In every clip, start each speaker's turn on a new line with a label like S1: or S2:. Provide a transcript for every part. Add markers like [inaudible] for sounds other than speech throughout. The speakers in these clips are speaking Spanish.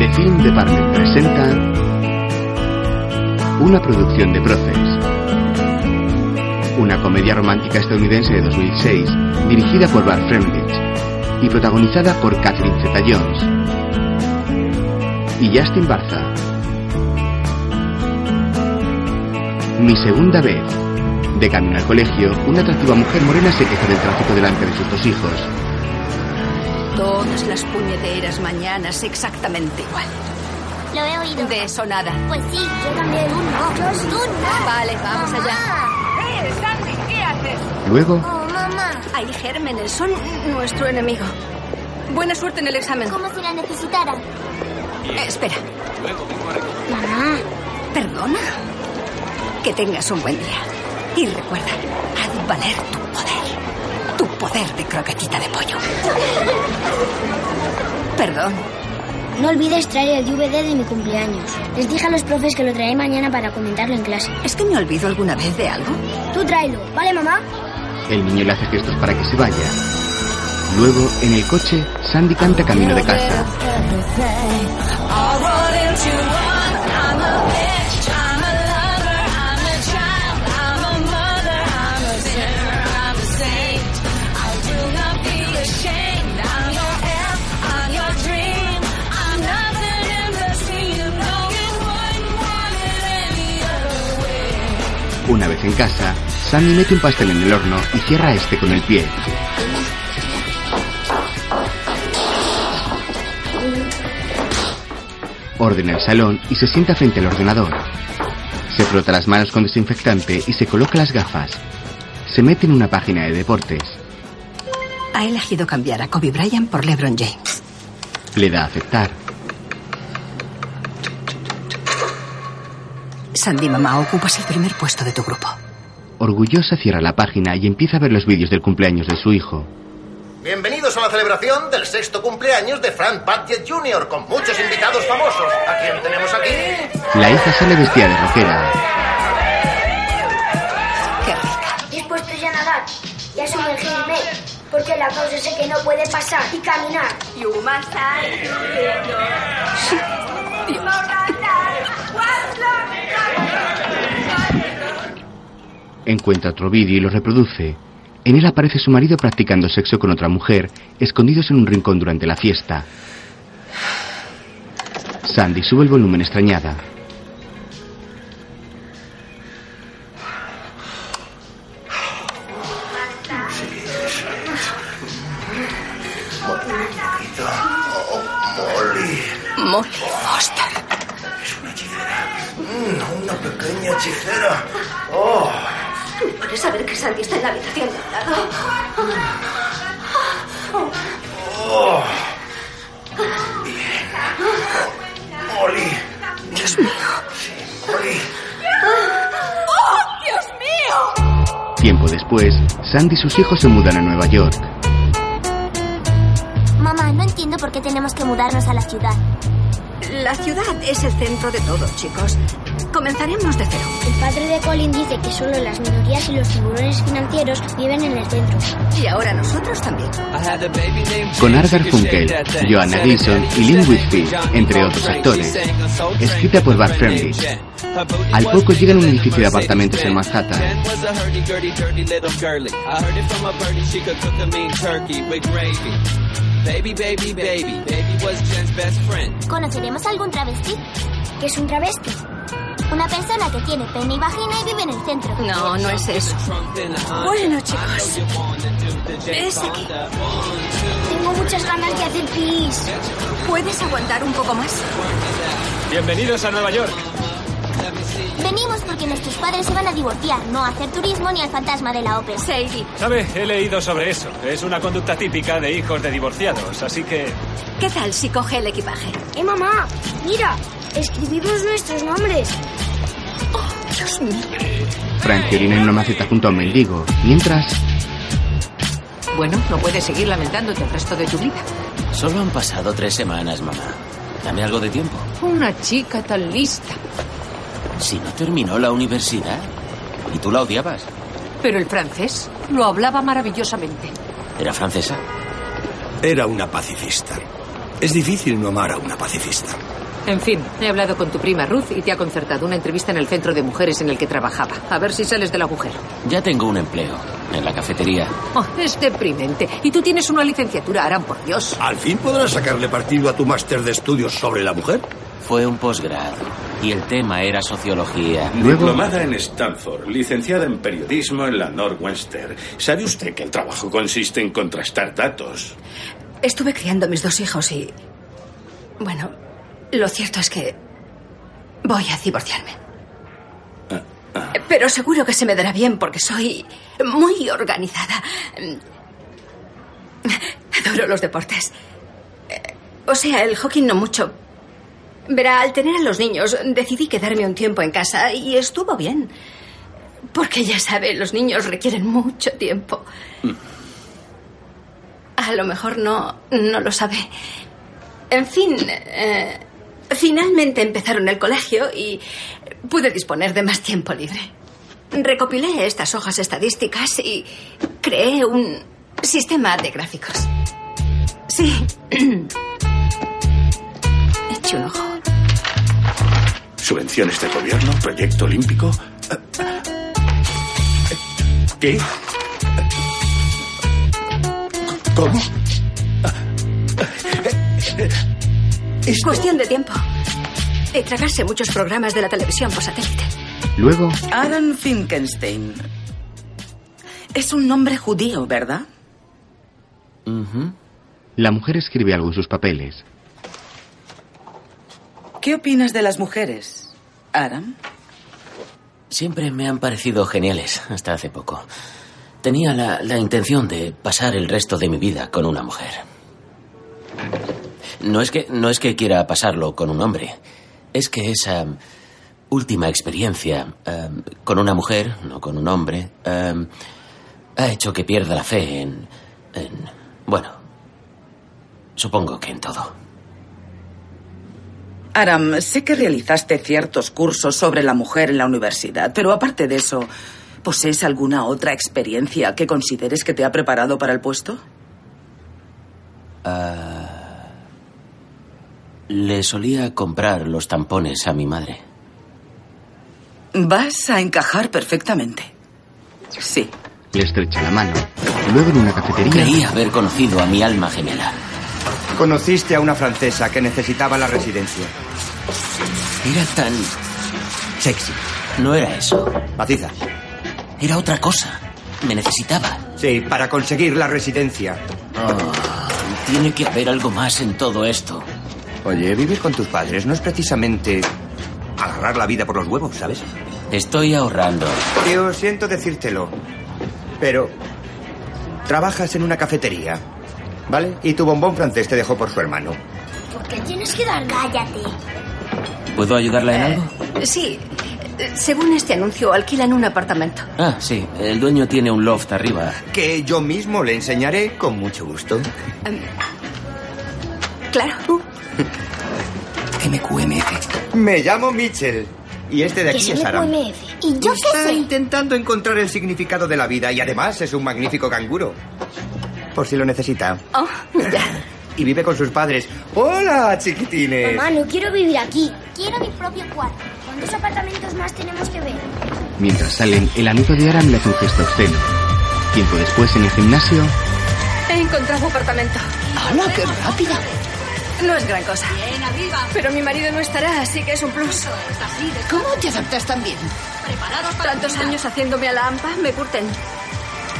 S1: The Film Department presenta una producción de Proces, una comedia romántica estadounidense de 2006 dirigida por Bart Fremlich y protagonizada por Catherine Zeta-Jones y Justin Barza. Mi segunda vez. De camino al colegio, una atractiva mujer morena se queja del tráfico delante de sus dos hijos.
S2: Todas las puñeteras mañanas exactamente igual.
S3: Lo he oído.
S2: De eso nada.
S3: Pues sí, yo también. Tú no, tú no.
S2: Vale, vamos
S3: Mamá.
S2: allá.
S4: ¡Eh, Sandy, ¿qué haces?
S1: Luego,
S3: Oh, mamá.
S2: Hay gérmenes, son nuestro enemigo. Buena suerte en el examen.
S3: Como si la necesitara.
S2: Eh, espera,
S3: Mamá.
S2: perdona. Que tengas un buen día. Y recuerda, haz valer tu poder. Tu poder de croquetita de pollo. Perdón.
S5: No olvides traer el DVD de mi cumpleaños. Les dije a los profes que lo traeré mañana para comentarlo en clase.
S2: ¿Es que me olvido alguna vez de algo?
S5: Tú tráelo, ¿vale, mamá?
S1: el niño le hace gestos para que se vaya. Luego, en el coche, Sandy canta camino de casa. Una vez en casa, Sandy mete un pastel en el horno y cierra este con el pie. Ordena el salón y se sienta frente al ordenador. Se frota las manos con desinfectante y se coloca las gafas. Se mete en una página de deportes.
S2: Ha elegido cambiar a Kobe Bryant por LeBron James.
S1: Le da a aceptar.
S2: Sandy, mamá, ocupas el primer puesto de tu grupo.
S1: Orgullosa cierra la página y empieza a ver los vídeos del cumpleaños de su hijo.
S6: Bienvenidos a la celebración del sexto cumpleaños de Frank Padgett Jr. con muchos invitados famosos. ¿A quién tenemos aquí?
S1: La hija sale vestida de rockera.
S2: Qué rica.
S5: Dispuesto ya a nadar y a sumergirme, porque la cosa es que no puede pasar y caminar.
S1: Encuentra otro vídeo y lo reproduce. En él aparece su marido practicando sexo con otra mujer, escondidos en un rincón durante la fiesta. Sandy sube el volumen extrañada.
S2: Molly Foster.
S6: Una pequeña hechicera.
S2: ¿Puedes saber que Sandy está en la habitación de al lado? Oh.
S6: Molly.
S2: Dios mío.
S6: Molly.
S1: Tiempo después, Sandy y sus hijos se mudan a Nueva York.
S3: Mamá, no entiendo por qué tenemos que mudarnos a la ciudad.
S2: La ciudad es el centro de todo, chicos. Comenzaremos de cero.
S5: El padre de Colin dice que solo las minorías y los tiburones financieros viven en el centro.
S2: Y ahora nosotros también.
S1: Con Art Garfunkel, Joanna Gleason y Lynn Whitfield, entre otros actores. Escrita por Bart Fremlich. Al poco llegan a un edificio de apartamentos en Manhattan.
S7: Baby, baby, baby, baby was Jen's best friend.
S3: ¿Conoceremos a algún travesti?
S5: Que es un travesti.
S3: Una persona que tiene pene y vagina y vive en el centro.
S2: No, no es eso. Bueno, chicos. Es aquí.
S5: Tengo muchas ganas de hacer pis.
S2: ¿Puedes aguantar un poco más?
S8: Bienvenidos a Nueva York.
S3: Venimos porque nuestros padres se van a divorciar, no a hacer turismo ni al fantasma de la ópera.
S2: Sadie,
S8: Sabe, he leído sobre eso. Es una conducta típica de hijos de divorciados, así que
S2: ¿qué tal si coge el equipaje?
S5: ¡Eh, mamá! ¡Mira! Escribimos nuestros nombres.
S2: Oh, Dios mío.
S1: Frank orina en una maceta junto a un mendigo, mientras
S9: Bueno, no puedes seguir lamentándote el resto de tu vida.
S10: Solo han pasado tres semanas, mamá. Dame algo de tiempo.
S9: Una chica tan lista.
S10: Si no terminó la universidad y tú la odiabas,
S9: Pero el francés lo hablaba maravillosamente.
S10: era francesa.
S11: Era una pacifista.
S12: Es difícil no amar a una pacifista.
S8: En fin, he hablado con tu prima Ruth y te ha concertado una entrevista en el centro de mujeres en el que trabajaba. A ver si sales del agujero.
S10: Ya tengo un empleo en la cafetería.
S8: Oh, es deprimente. Y tú tienes una licenciatura, Aram, por Dios.
S12: ¿Al fin podrás sacarle partido a tu máster de estudios sobre la mujer?
S10: Fue un posgrado y el tema era sociología.
S13: Diplomada en Stanford, licenciada en periodismo en la Northwestern. ¿Sabe usted que el trabajo consiste en contrastar datos?
S2: Estuve criando a mis dos hijos y... Bueno, lo cierto es que voy a divorciarme. Pero seguro que se me dará bien porque soy muy organizada. Adoro los deportes. O sea, el hockey no mucho. Verá, al tener a los niños, decidí quedarme un tiempo en casa y estuvo bien. Porque ya sabe, los niños requieren mucho tiempo. A lo mejor no, no lo sabe. En fin, eh, finalmente empezaron el colegio y pude disponer de más tiempo libre. Recopilé estas hojas estadísticas y creé un sistema de gráficos. Sí. Eche un ojo.
S13: ¿Subvenciones del gobierno? ¿Proyecto olímpico? ¿Qué? ¿Cómo?
S2: Es cuestión de tiempo. Y tragarse muchos programas de la televisión por satélite.
S1: Luego,
S14: Adam Finkenstein. Es un nombre judío, ¿verdad?
S1: la mujer escribe algo en sus papeles.
S14: ¿Qué opinas de las mujeres, Adam?
S10: Siempre me han parecido geniales, hasta hace poco. Tenía la, la intención de pasar el resto de mi vida con una mujer. No es, que, no es que quiera pasarlo con un hombre. Es que esa última experiencia eh, con una mujer, no con un hombre, eh, ha hecho que pierda la fe en, en... Bueno, supongo que en todo.
S14: Aram, sé que realizaste ciertos cursos sobre la mujer en la universidad, pero aparte de eso, ¿posees alguna otra experiencia que consideres que te ha preparado para el puesto?
S10: Ah, le solía comprar los tampones a mi madre.
S14: Vas a encajar perfectamente. Sí.
S1: le estrecha la mano. Luego, en una cafetería,
S10: Creía haber conocido a mi alma gemela.
S15: Conociste a una francesa que necesitaba la residencia.
S10: Era tan...
S15: Sexy.
S10: No era eso.
S15: Maciza.
S10: Era otra cosa. Me necesitaba.
S15: Sí, para conseguir la residencia.
S10: Ah, tiene que haber algo más en todo esto.
S15: Oye, vivir con tus padres no es precisamente agarrar la vida por los huevos, ¿sabes?
S10: Estoy ahorrando.
S15: Tío, siento decírtelo, pero trabajas en una cafetería, ¿vale? Y tu bombón francés te dejó por su hermano.
S5: ¿Por qué tienes que dar? Cállate.
S10: ¿Puedo ayudarla
S15: Eh.
S10: en algo?
S2: Sí, eh, según este anuncio, alquilan un apartamento.
S10: Ah, sí. El dueño tiene un loft arriba.
S15: Que yo mismo le enseñaré con mucho gusto.
S2: Em, claro.
S15: MQMF. Me llamo Mitchell. Y este de
S16: Que
S15: aquí
S16: se
S15: es
S16: me
S15: Aram.
S16: mueve.
S5: ¿Y yo qué
S15: Está
S5: sé?
S15: intentando encontrar el significado de la vida y además es un magnífico canguro. Por si lo necesita.
S2: Oh, ya.
S15: Y vive con sus padres. ¡Hola, chiquitines!
S16: Mamá, no quiero vivir aquí.
S5: Quiero mi propio cuarto. ¿Cuántos apartamentos más tenemos que ver?
S1: mientras salen, el amigo de Aram le hace un gesto obsceno. Tiempo después, en el gimnasio,
S2: He encontrado apartamento.
S8: ¡Hala, qué rápida!
S2: No es gran cosa. Pero mi marido no estará, así que es un plus.
S8: ¿Cómo te adaptas tan bien?
S2: Tantos años haciéndome a la AMPA me curten.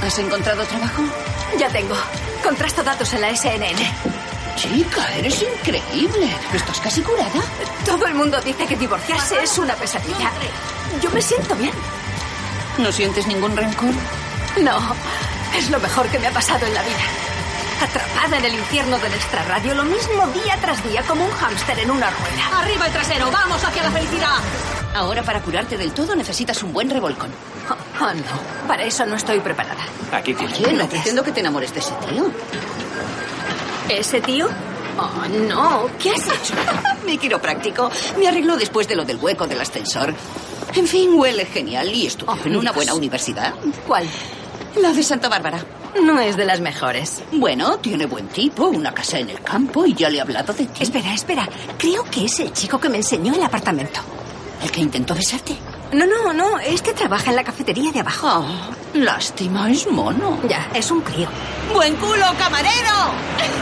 S8: ¿Has encontrado trabajo?
S2: Ya tengo. Contrasto datos en la SNN.
S8: Chica, eres increíble. ¿Estás casi curada?
S2: Todo el mundo dice que divorciarse es una pesadilla. Yo me siento bien.
S8: ¿No sientes ningún rencor?
S2: No, es lo mejor que me ha pasado en la vida. Atrapada en el infierno del extrarradio, lo mismo día tras día, como un hámster en una rueda.
S8: ¡Arriba el trasero! ¡Vamos hacia la felicidad! Ahora, para curarte del todo, necesitas un buen revolcón.
S2: Oh, oh, no, para eso no estoy preparada.
S10: Aquí tiene.
S8: Oye, no
S2: Gracias.
S8: pretendo que te enamores de ese tío.
S2: ¿Ese tío? Oh, no, ¿qué has hecho?
S8: [laughs] Mi quiropráctico me arregló después de lo del hueco del ascensor. En fin, huele genial y estudió
S2: Oh,
S8: en una
S2: Dios.
S8: buena universidad.
S2: ¿Cuál?
S8: La de Santa Bárbara.
S2: No es de las mejores.
S17: Bueno, tiene buen tipo, una casa en el campo y ya le he hablado de ti.
S2: Espera, espera. Creo que es el chico que me enseñó el apartamento.
S17: ¿El que intentó besarte?
S2: No, no, no. Este trabaja en la cafetería de abajo.
S17: Oh, lástima, es mono.
S2: Ya, es un crío.
S17: ¡Buen culo, camarero!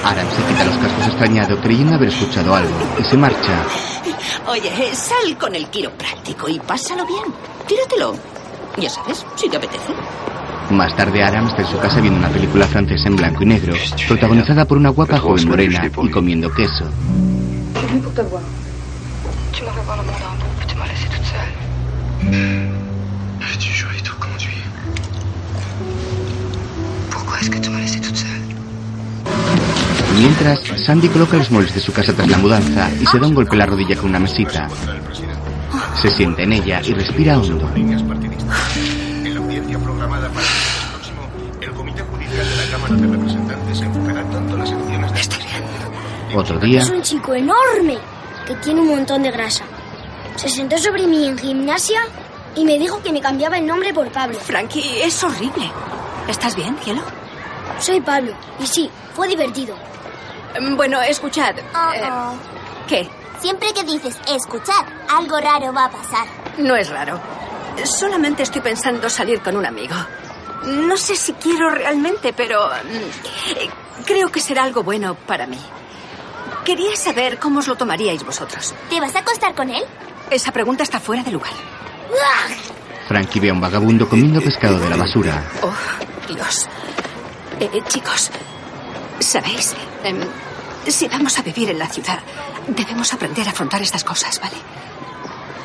S1: Aram se quita los cascos extrañado, creyendo haber escuchado algo, y se marcha.
S17: Oye, sal con el quiropráctico y pásalo bien. Tíratelo. Ya sabes, si te apetece.
S1: Más tarde, Aram está en su casa viendo una película francesa en blanco y negro, protagonizada por una guapa joven morena y comiendo queso.
S18: C'est venu pour te voir. Tu m'avais abandonné dans le groupe et tu m'as laissée toute seule. Petit jeu, il tout conduit. Pourquoi est-ce que tu m'as laissée toute seule
S1: Mientras, Sandy coloca los muebles de su casa tras la mudanza y se da un golpe en la rodilla con una mesita. Se sienta en ella y respira hondo.
S6: En la audiencia programada para el mes próximo, el Comité Judicial de la Cámara de Representantes enfocará tanto las acciones de...
S1: Otro día,
S5: Es un chico enorme que tiene un montón de grasa. Se sentó sobre mí en gimnasia y me dijo que me cambiaba el nombre por Pablo.
S2: Frankie, es horrible. ¿Estás bien, cielo?
S5: Soy Pablo y sí, fue divertido.
S2: Mm, Bueno, escuchad. ¿Qué?
S3: Oh, Siempre que dices escuchar, algo raro va a pasar.
S2: No es raro. Solamente estoy pensando salir con un amigo. No sé si quiero realmente, pero mm, creo que será algo bueno para mí. Quería saber cómo os lo tomaríais vosotros.
S3: ¿Te vas a acostar con él?
S2: Esa pregunta está fuera de lugar.
S1: Frankie ve a un vagabundo comiendo pescado de la basura.
S2: Oh, Dios. Eh, eh, chicos, ¿sabéis? Em, si vamos a vivir en la ciudad, debemos aprender a afrontar estas cosas, ¿vale?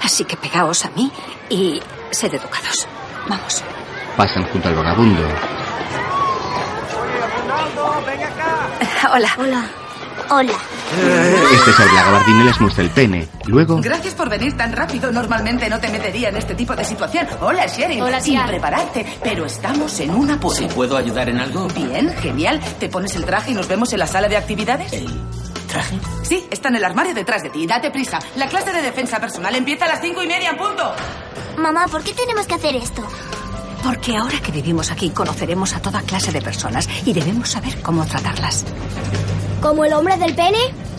S2: Así que pegaos a mí y sed educados. Vamos.
S1: Pasan junto al vagabundo.
S2: [laughs] Hola.
S5: Hola.
S3: Hola.
S1: Este sale la gabardina y les muestra el pene. Luego,
S19: Gracias por venir tan rápido. Normalmente no te metería en este tipo de situación. Hola, Sherry.
S5: Hola,
S19: Sin
S5: tía.
S19: prepararte, pero estamos en una
S10: Si
S19: apuro.
S10: puedo ayudar en algo,
S19: Bien, genial. Te pones el traje y nos vemos en la sala de actividades.
S10: traje.
S19: Sí, está en el armario detrás de ti. Date prisa. La clase de defensa personal empieza a las cinco y media en punto.
S3: Mamá, ¿por qué tenemos que hacer esto?
S2: Porque ahora que vivimos aquí conoceremos a toda clase de personas y debemos saber cómo tratarlas.
S5: ¿Como el hombre del pene?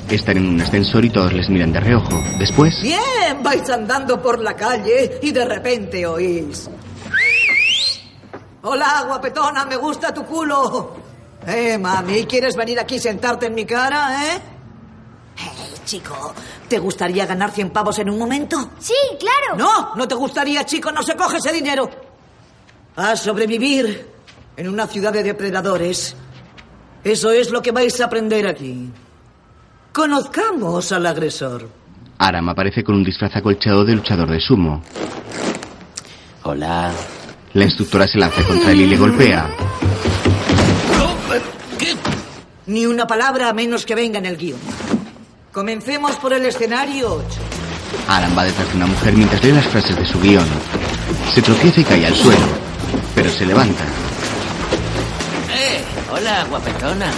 S1: están en un ascensor y todos les miran de reojo. Después,
S14: Bien, vais andando por la calle y de repente oís. Hola, guapetona, me gusta tu culo. Eh, mami, ¿quieres venir aquí y sentarte en mi cara, eh? Eh, chico, ¿te gustaría ganar 100 pavos en un momento?
S5: Sí, claro.
S14: No, no te gustaría, chico, no se coge ese dinero. A sobrevivir en una ciudad de depredadores. Eso es lo que vais a aprender aquí. Conozcamos al agresor.
S1: Aram aparece con un disfraz acolchado de luchador de sumo.
S10: Hola.
S1: La instructora se lanza contra él y le golpea.
S14: Ni una palabra a menos que venga en el guión. Comencemos por el escenario 8.
S1: Aram va detrás de una mujer mientras lee las frases de su guión. Se tropieza y cae al suelo, pero se levanta.
S10: ¡Eh! Hola, guapetona.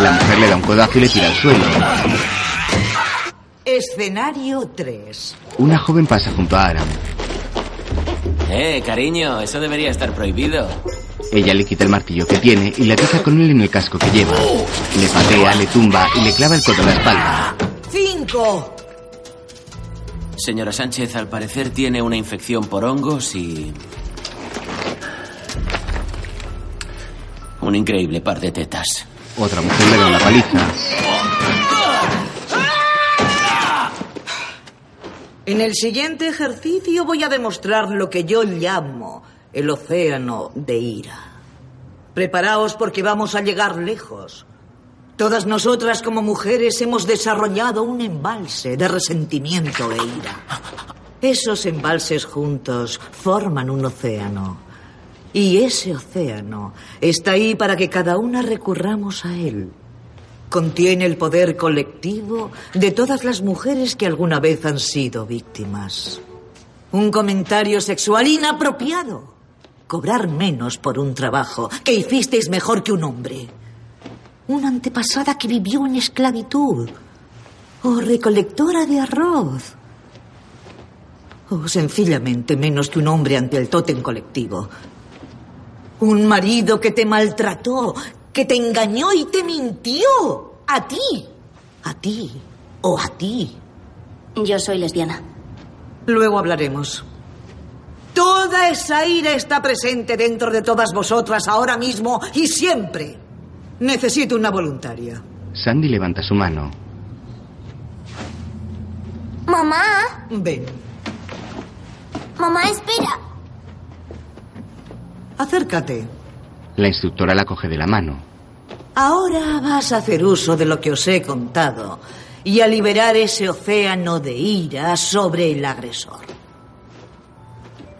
S1: La mujer le da un codazo y le tira al suelo.
S14: Escenario 3.
S1: Una joven pasa junto a Aram.
S10: Eh, cariño, eso debería estar prohibido.
S1: Ella le quita el martillo que tiene y le ataca con él en el casco que lleva. Le patea, le tumba y le clava el codo en la espalda.
S14: 5.
S10: Señora Sánchez, al parecer tiene una infección por hongos y... Un increíble par de tetas.
S1: Otra mujer le da una paliza.
S14: En el siguiente ejercicio voy a demostrar lo que yo llamo el océano de ira. Preparaos porque vamos a llegar lejos. Todas nosotras como mujeres hemos desarrollado un embalse de resentimiento e ira. Esos embalses juntos forman un océano. Y ese océano está ahí para que cada una recurramos a él. Contiene el poder colectivo de todas las mujeres que alguna vez han sido víctimas. Un comentario sexual inapropiado. Cobrar menos por un trabajo que hicisteis mejor que un hombre. Una antepasada que vivió en esclavitud. O recolectora de arroz. Oh, O sencillamente menos que un hombre ante el tótem colectivo. Un marido que te maltrató, que te engañó y te mintió. A ti. A ti. O a ti.
S20: Yo soy lesbiana.
S14: Luego hablaremos. Toda esa ira está presente dentro de todas vosotras ahora mismo y siempre. Necesito una voluntaria.
S1: Sandy levanta su mano.
S3: Mamá,
S14: Ven.
S3: mamá, espera.
S14: Acércate.
S1: La instructora la coge de la mano.
S14: Ahora vas a hacer uso de lo que os he contado y a liberar ese océano de ira sobre el agresor.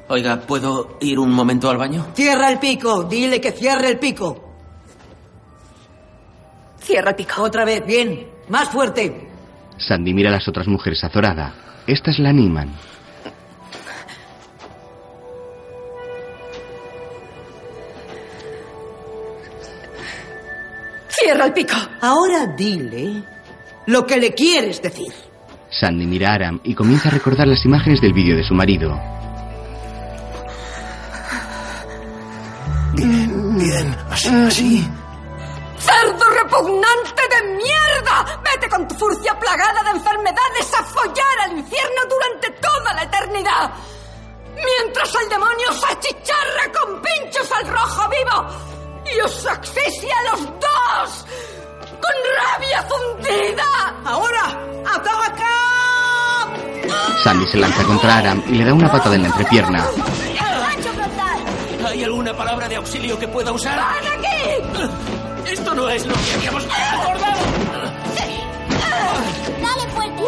S10: Oiga, ¿puedo ir un momento al baño?
S14: Cierra el pico, dile que cierre el pico. Cierra el pico. Otra vez, bien, más fuerte.
S1: Sandy mira a las otras mujeres azorada. Estas la animan.
S14: Cierra el pico. Ahora dile lo que le quieres decir.
S1: Sandy mira a Aram y comienza a recordar las imágenes del vídeo de su marido.
S21: Bien, bien, así,
S5: Mm.
S21: así.
S4: ¡Cerdo repugnante de mierda! ¡Vete con tu furcia plagada de enfermedades a follar al infierno durante toda la eternidad! Mientras el demonio se achicharra con pinchos al rojo vivo y os asfixia a los dos con rabia fundida.
S14: ¡Ahora! ¡Ataca!
S1: Sandy se lanza contra Aram y le da una patada en la entrepierna.
S10: ¿Hay alguna palabra de auxilio que pueda usar?
S4: ¡Ven aquí!
S10: Esto no es lo que habíamos acordado.
S3: Dale fuerte,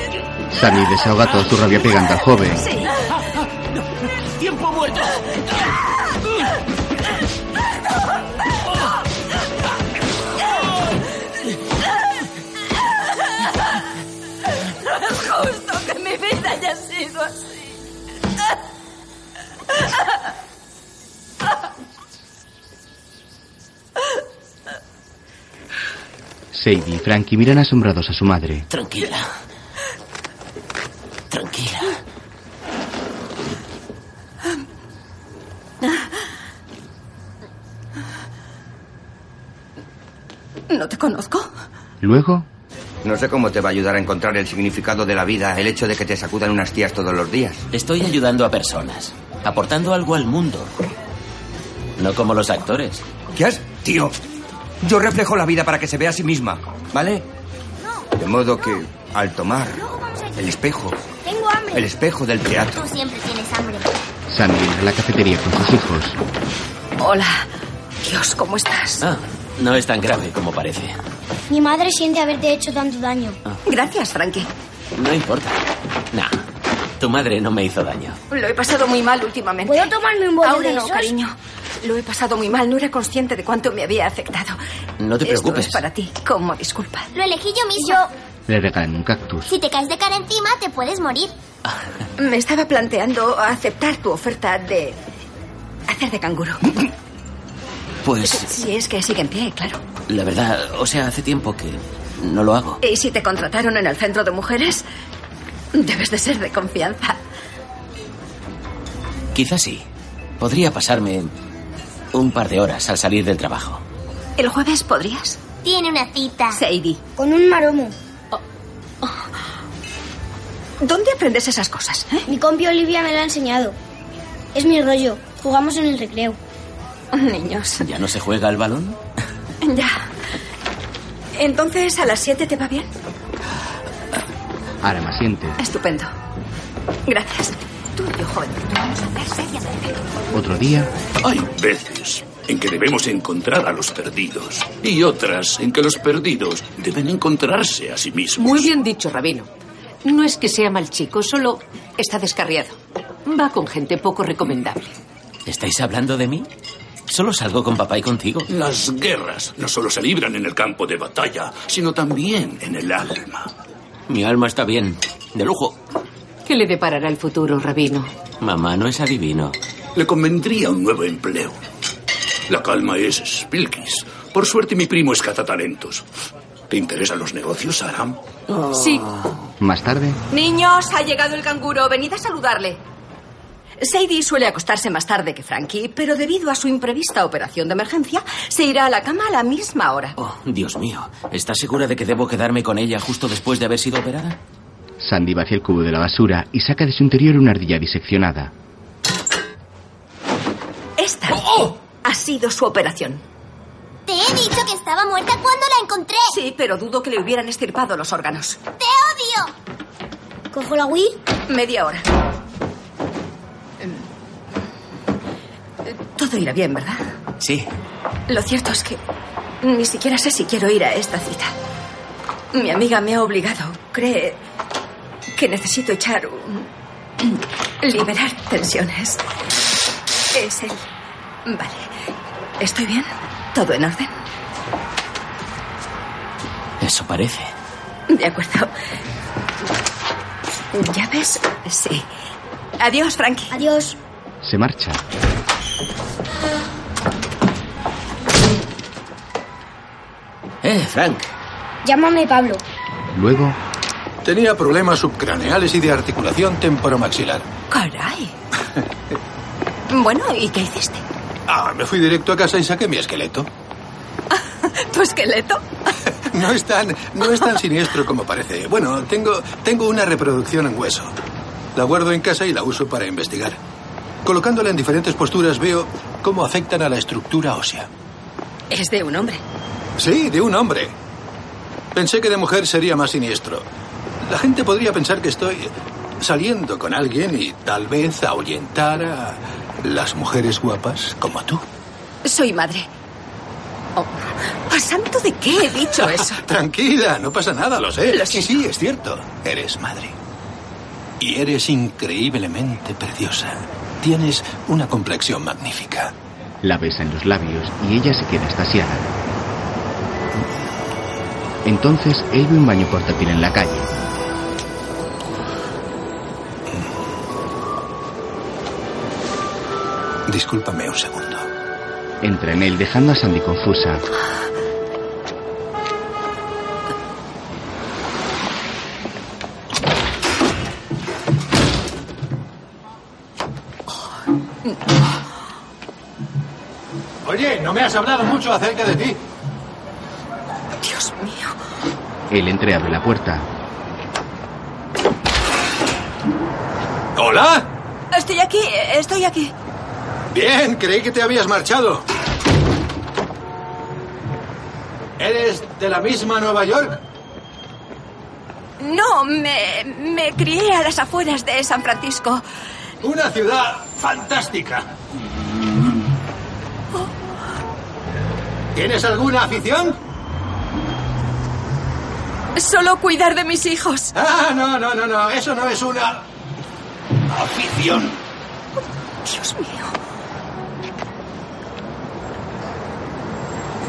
S3: venga,
S1: Sandy desahoga toda su rabia pegando al joven.
S10: ¡Tiempo muerto!
S4: No es justo que mi vida haya sido así.
S1: Sadie y Frankie miran asombrados a su madre.
S10: Tranquila. Tranquila.
S4: ¿No te conozco?
S1: Luego,
S15: No sé cómo te va a ayudar a encontrar el significado de la vida el hecho de que te sacudan unas tías todos los días.
S10: Estoy ayudando a personas, aportando algo al mundo. No como los actores.
S15: ¿Qué has? Tío, yo reflejo la vida para que se vea a sí misma, ¿vale? De modo que, al tomar el espejo,
S3: Tengo hambre.
S15: el espejo del teatro,
S3: Tú siempre tienes hambre.
S1: Sandy entra a la cafetería con sus hijos.
S2: Hola. Dios, ¿cómo estás?
S10: Ah, no es tan grave como parece.
S5: Mi madre siente haberte hecho tanto daño.
S2: Gracias, Frankie.
S10: No importa. Nah, tu madre no me hizo daño.
S2: Lo he pasado muy mal últimamente.
S5: ¿Puedo tomarme un bollo
S2: Ahora
S5: de
S2: no,
S5: esos?
S2: cariño. Lo he pasado muy mal. No era consciente de cuánto me había afectado.
S10: No te preocupes.
S2: Esto es para ti, como disculpa.
S3: Lo elegí yo mismo.
S1: Le regalan un cactus.
S3: Si te caes de cara encima, te puedes morir.
S2: [laughs] Me estaba planteando aceptar tu oferta de hacer de canguro.
S10: Pues,
S2: Si es que sigue en pie, claro.
S10: la verdad, o sea, hace tiempo que no lo hago.
S2: ¿Y si te contrataron en el centro de mujeres? Debes de ser de confianza.
S10: Quizás sí. Podría pasarme un par de horas al salir del trabajo.
S2: ¿El jueves podrías?
S3: Tiene una cita.
S2: Sadie,
S5: Con un maromo.
S2: Oh. ¿dónde aprendes esas cosas? eh?
S5: Mi compi Olivia me lo ha enseñado. Es mi rollo. Jugamos en el recreo.
S2: Oh, Niños,
S10: ¿Ya no se juega al balón?
S2: ya. Entonces, ¿a las 7 te va bien?
S1: Aram asiente.
S2: Estupendo. Gracias. Tú y yo, joven, vamos a hacer seriamente.
S1: Otro día,
S22: Hay veces en que debemos encontrar a los perdidos y otras en que los perdidos deben encontrarse a sí mismos.
S9: Muy bien dicho, Rabino. No es que sea mal chico, solo está descarriado. Va con gente poco recomendable.
S10: ¿Estáis hablando de mí? Solo salgo con papá y contigo.
S22: Las guerras no solo se libran en el campo de batalla, sino también en el alma.
S10: Mi alma está bien. De lujo.
S9: ¿Qué le deparará el futuro, Rabino?
S10: Mamá no es adivino.
S22: Le convendría un nuevo empleo. La calma es Spilkis. Por suerte mi primo es cazatalentos. ¿Te interesan los negocios, Aram?
S9: Sí.
S1: más tarde,
S2: Niños, ha llegado el canguro. Venid a saludarle. Sadie suele acostarse más tarde que Frankie, pero debido a su imprevista operación de emergencia, se irá a la cama a la misma hora.
S10: Dios mío, ¿estás segura de que debo quedarme con ella justo después de haber sido operada?
S1: Sandy vacía el cubo de la basura y saca de su interior una ardilla diseccionada.
S2: Esta ha sido su operación.
S3: Te he dicho que estaba muerta cuando la encontré.
S2: Sí, pero dudo que le hubieran estirpado los órganos.
S3: ¡Te odio!
S5: ¿Cojo la Wii?
S2: Media hora. Todo irá bien, ¿verdad?
S10: Sí.
S2: Lo cierto es que ni siquiera sé si quiero ir a esta cita. Mi amiga me ha obligado. Cree que necesito echar un... liberar tensiones. Es él. Vale. ¿Estoy bien? ¿Todo en orden?
S10: Eso parece.
S2: De acuerdo. ¿Ya ves? Sí. Adiós, Frankie.
S5: Adiós.
S1: Se marcha.
S10: Eh, Frank.
S5: Llámame Pablo.
S1: Luego,
S22: Tenía problemas subcraneales y de articulación temporomaxilar.
S2: Caray. Bueno, ¿y qué hiciste?
S22: Ah, me fui directo a casa y saqué mi esqueleto.
S2: ¿Tu esqueleto?
S22: No es tan, no es tan siniestro como parece. Bueno, tengo, tengo una reproducción en hueso. La guardo en casa y la uso para investigar. Colocándola en diferentes posturas veo cómo afectan a la estructura ósea.
S2: Es de un hombre.
S22: Sí, de un hombre. Pensé que de mujer sería más siniestro. La gente podría pensar que estoy saliendo con alguien y tal vez ahuyentar a las mujeres guapas como tú.
S2: Soy madre. Oh, ¿a santo de qué he dicho eso?
S22: Tranquila, no pasa nada, lo sé.
S2: Lo
S22: sí, sí, es cierto. Eres madre. Y eres increíblemente preciosa. Tienes una complexión magnífica.
S1: la besa en los labios y ella se queda estasiada. Entonces él ve un baño portátil en la calle.
S22: Discúlpame un segundo.
S1: Entra en él dejando a Sandy confusa.
S22: Oye, no me has hablado mucho acerca de ti.
S2: Dios mío.
S1: Él entra y abre la puerta.
S22: ¿Hola?
S2: Estoy aquí, estoy aquí.
S22: Bien, creí que te habías marchado. ¿Eres de la misma Nueva York?
S2: No, me, me crié a las afueras de San Francisco.
S22: Una ciudad fantástica. ¿Tienes alguna afición?
S2: Solo cuidar de mis hijos.
S22: Ah, no, no, no, no. Eso no es una afición.
S2: Dios mío.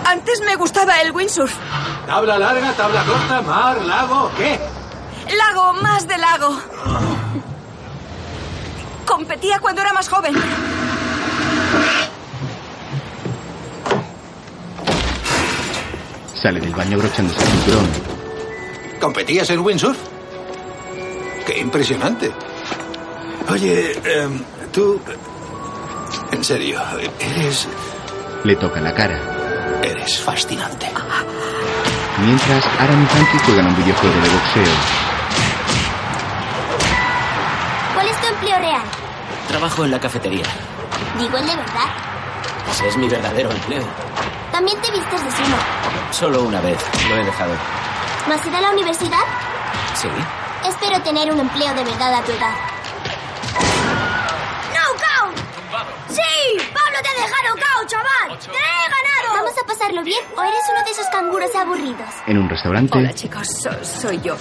S2: Antes me gustaba el windsurf.
S22: Tabla larga, tabla corta, mar, lago, ¿qué? Ah.
S2: Lago, más de lago. Competía cuando era más joven.
S1: Sale del baño brochándose el cinturón.
S22: ¿Competías en windsurf? Qué impresionante. Oye, em, tú... En serio, eres...
S1: Le toca la cara.
S22: Eres fascinante.
S1: Mientras, Aram y Frankie juegan un videojuego de boxeo.
S3: ¿Cuál es tu empleo real?
S10: Trabajo en la cafetería.
S3: Digo el de verdad.
S10: Ese es mi verdadero empleo.
S3: También te vistes de sumo.
S10: Solo una vez lo he dejado.
S3: ¿Vas a ir a la universidad?
S10: ¿Sí?
S3: Espero tener un empleo de verdad a tu edad. ¡No, ¡Sí! ¡Pablo te deja cao, chaval! ¡Te he ganado! ¿Vamos a pasarlo bien o eres uno de esos canguros aburridos?
S1: En un restaurante,
S2: Hola, chicos, so- soy yo.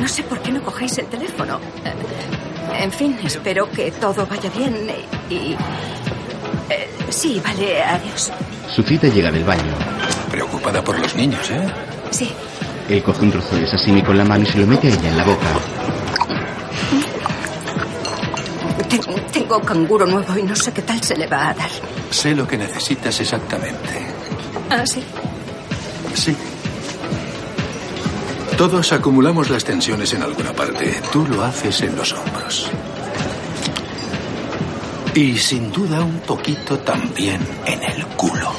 S2: No sé por qué no cogéis el teléfono. Eh, En fin, espero que todo vaya bien eh, y... eh, sí, vale, adiós.
S1: su cita llega del baño.
S22: Preocupada por los niños, ¿eh?
S2: Sí,
S1: Él coge un trozo de sashimi con la mano y se lo mete a ella en la boca.
S2: te- tengo canguro nuevo y no sé qué tal se le va a dar.
S22: Sé lo que necesitas exactamente.
S2: Ah, sí.
S22: Sí. Todos acumulamos las tensiones en alguna parte. Tú lo haces en los hombros. Y sin duda un poquito también en el culo.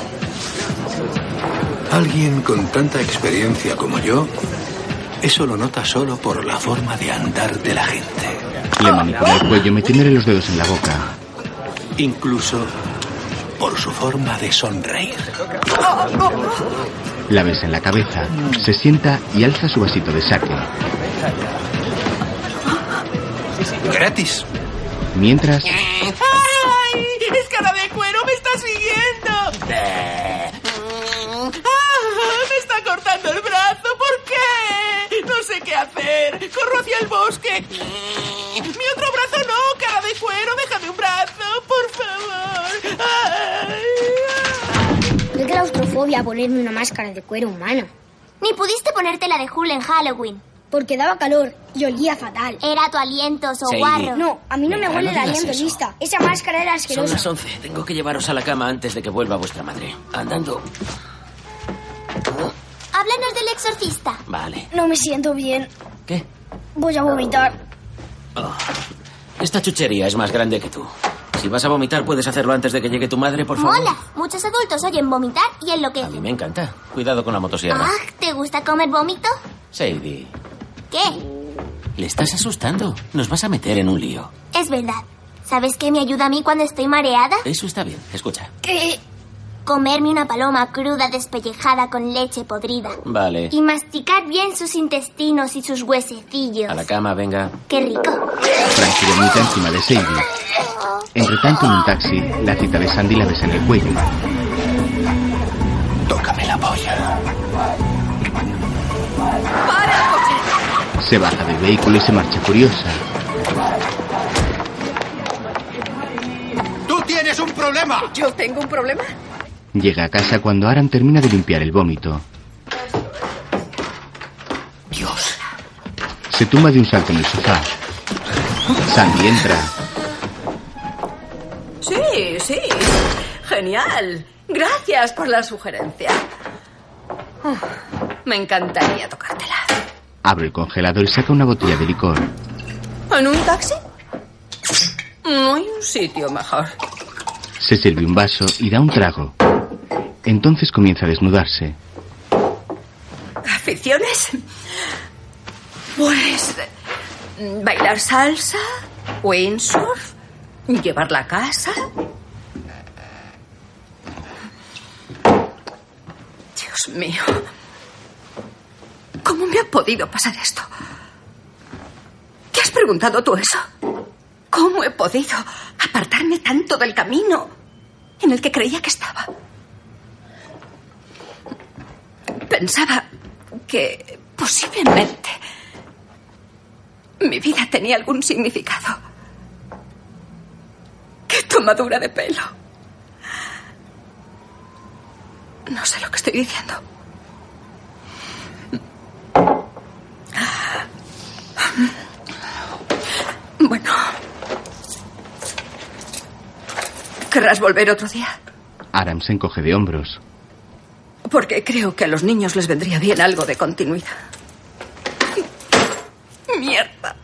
S22: Alguien con tanta experiencia como yo, eso lo nota solo por la forma de andar de la gente.
S1: Le manipulé el cuello metiéndole los dedos en la boca.
S22: Incluso por su forma de sonreír.
S1: La besa en la cabeza, se sienta y alza su vasito de saque.
S22: Gratis.
S1: Mientras,
S4: ¡Ay! ¡Escarabecuero, me estás siguiendo! ¡Ah! ¡Me está cortando el brazo! ¿Por qué? No sé qué hacer. Corro hacia el bosque. ¡Mi otro brazo no, cara de cuero! ¡Déjame un brazo, por favor! Ah.
S5: Qué claustrofobia ponerme una máscara de cuero humano.
S3: Ni pudiste ponerte la de Hull en Halloween.
S5: Porque daba calor y olía fatal.
S3: Era tu aliento,
S10: Sí.
S3: soguarro.
S5: No, a mí no me
S10: Venga,
S5: huele
S10: no
S5: el
S10: digas
S5: aliento,
S10: eso.
S5: lista. Esa máscara era
S10: Son las
S5: asquerosa.
S10: 11. Tengo que llevaros a la cama antes de que vuelva vuestra madre. Andando.
S5: Háblanos del exorcista.
S10: Vale.
S5: No me siento bien.
S10: ¿Qué?
S5: Voy a vomitar.
S10: Oh. Esta chuchería es más grande que tú. Si vas a vomitar, puedes hacerlo antes de que llegue tu madre, por favor.
S3: Mola. Muchos adultos oyen vomitar y
S10: A
S3: enloquecen.
S10: mí me encanta. Cuidado con la motosierra.
S3: Ah, ¿te gusta comer vómito?
S10: Sadie,
S3: ¿Qué?
S10: le estás asustando. Nos vas a meter en un lío.
S3: Es verdad. ¿Sabes qué me ayuda a mí cuando estoy mareada?
S10: Eso está bien. Escucha.
S3: ¿Qué? Comerme una paloma cruda despellejada con leche podrida.
S10: Vale.
S3: Y masticar bien sus intestinos y sus huesecillos.
S10: A la cama, venga.
S3: ¡Qué rico!
S1: Frank se vomita encima de Sadie. Entre tanto, en un taxi, la cita de Sandy la besa en el cuello.
S22: Tócame la polla.
S1: Se baja del vehículo y se marcha furiosa.
S22: ¡Tú tienes un problema!
S2: ¿Yo tengo un problema?
S1: Llega a casa cuando Aram termina de limpiar el vómito.
S2: Dios.
S1: Se tumba de un salto en el sofá. Sandy entra.
S2: Sí, sí. Genial. Gracias por la sugerencia. Uf, Me encantaría tocártela.
S1: Abre el congelador y saca una botella de licor.
S2: ¿En un taxi? No hay un sitio mejor.
S1: Se sirve un vaso y da un trago. Entonces comienza a desnudarse.
S2: ¿Aficiones? Pues. eh, Bailar salsa, windsurf, llevarla a casa. Dios mío. ¿Cómo me ha podido pasar esto? ¿Te has preguntado tú eso? ¿Cómo he podido apartarme tanto del camino en el que creía que estaba? Pensaba que posiblemente mi vida tenía algún significado. ¡Qué tomadura de pelo! No sé lo que estoy diciendo. Bueno. ¿Querrás volver otro día?
S1: Aram se encoge de hombros.
S2: Porque creo que a los niños les vendría bien algo de continuidad. Mierda.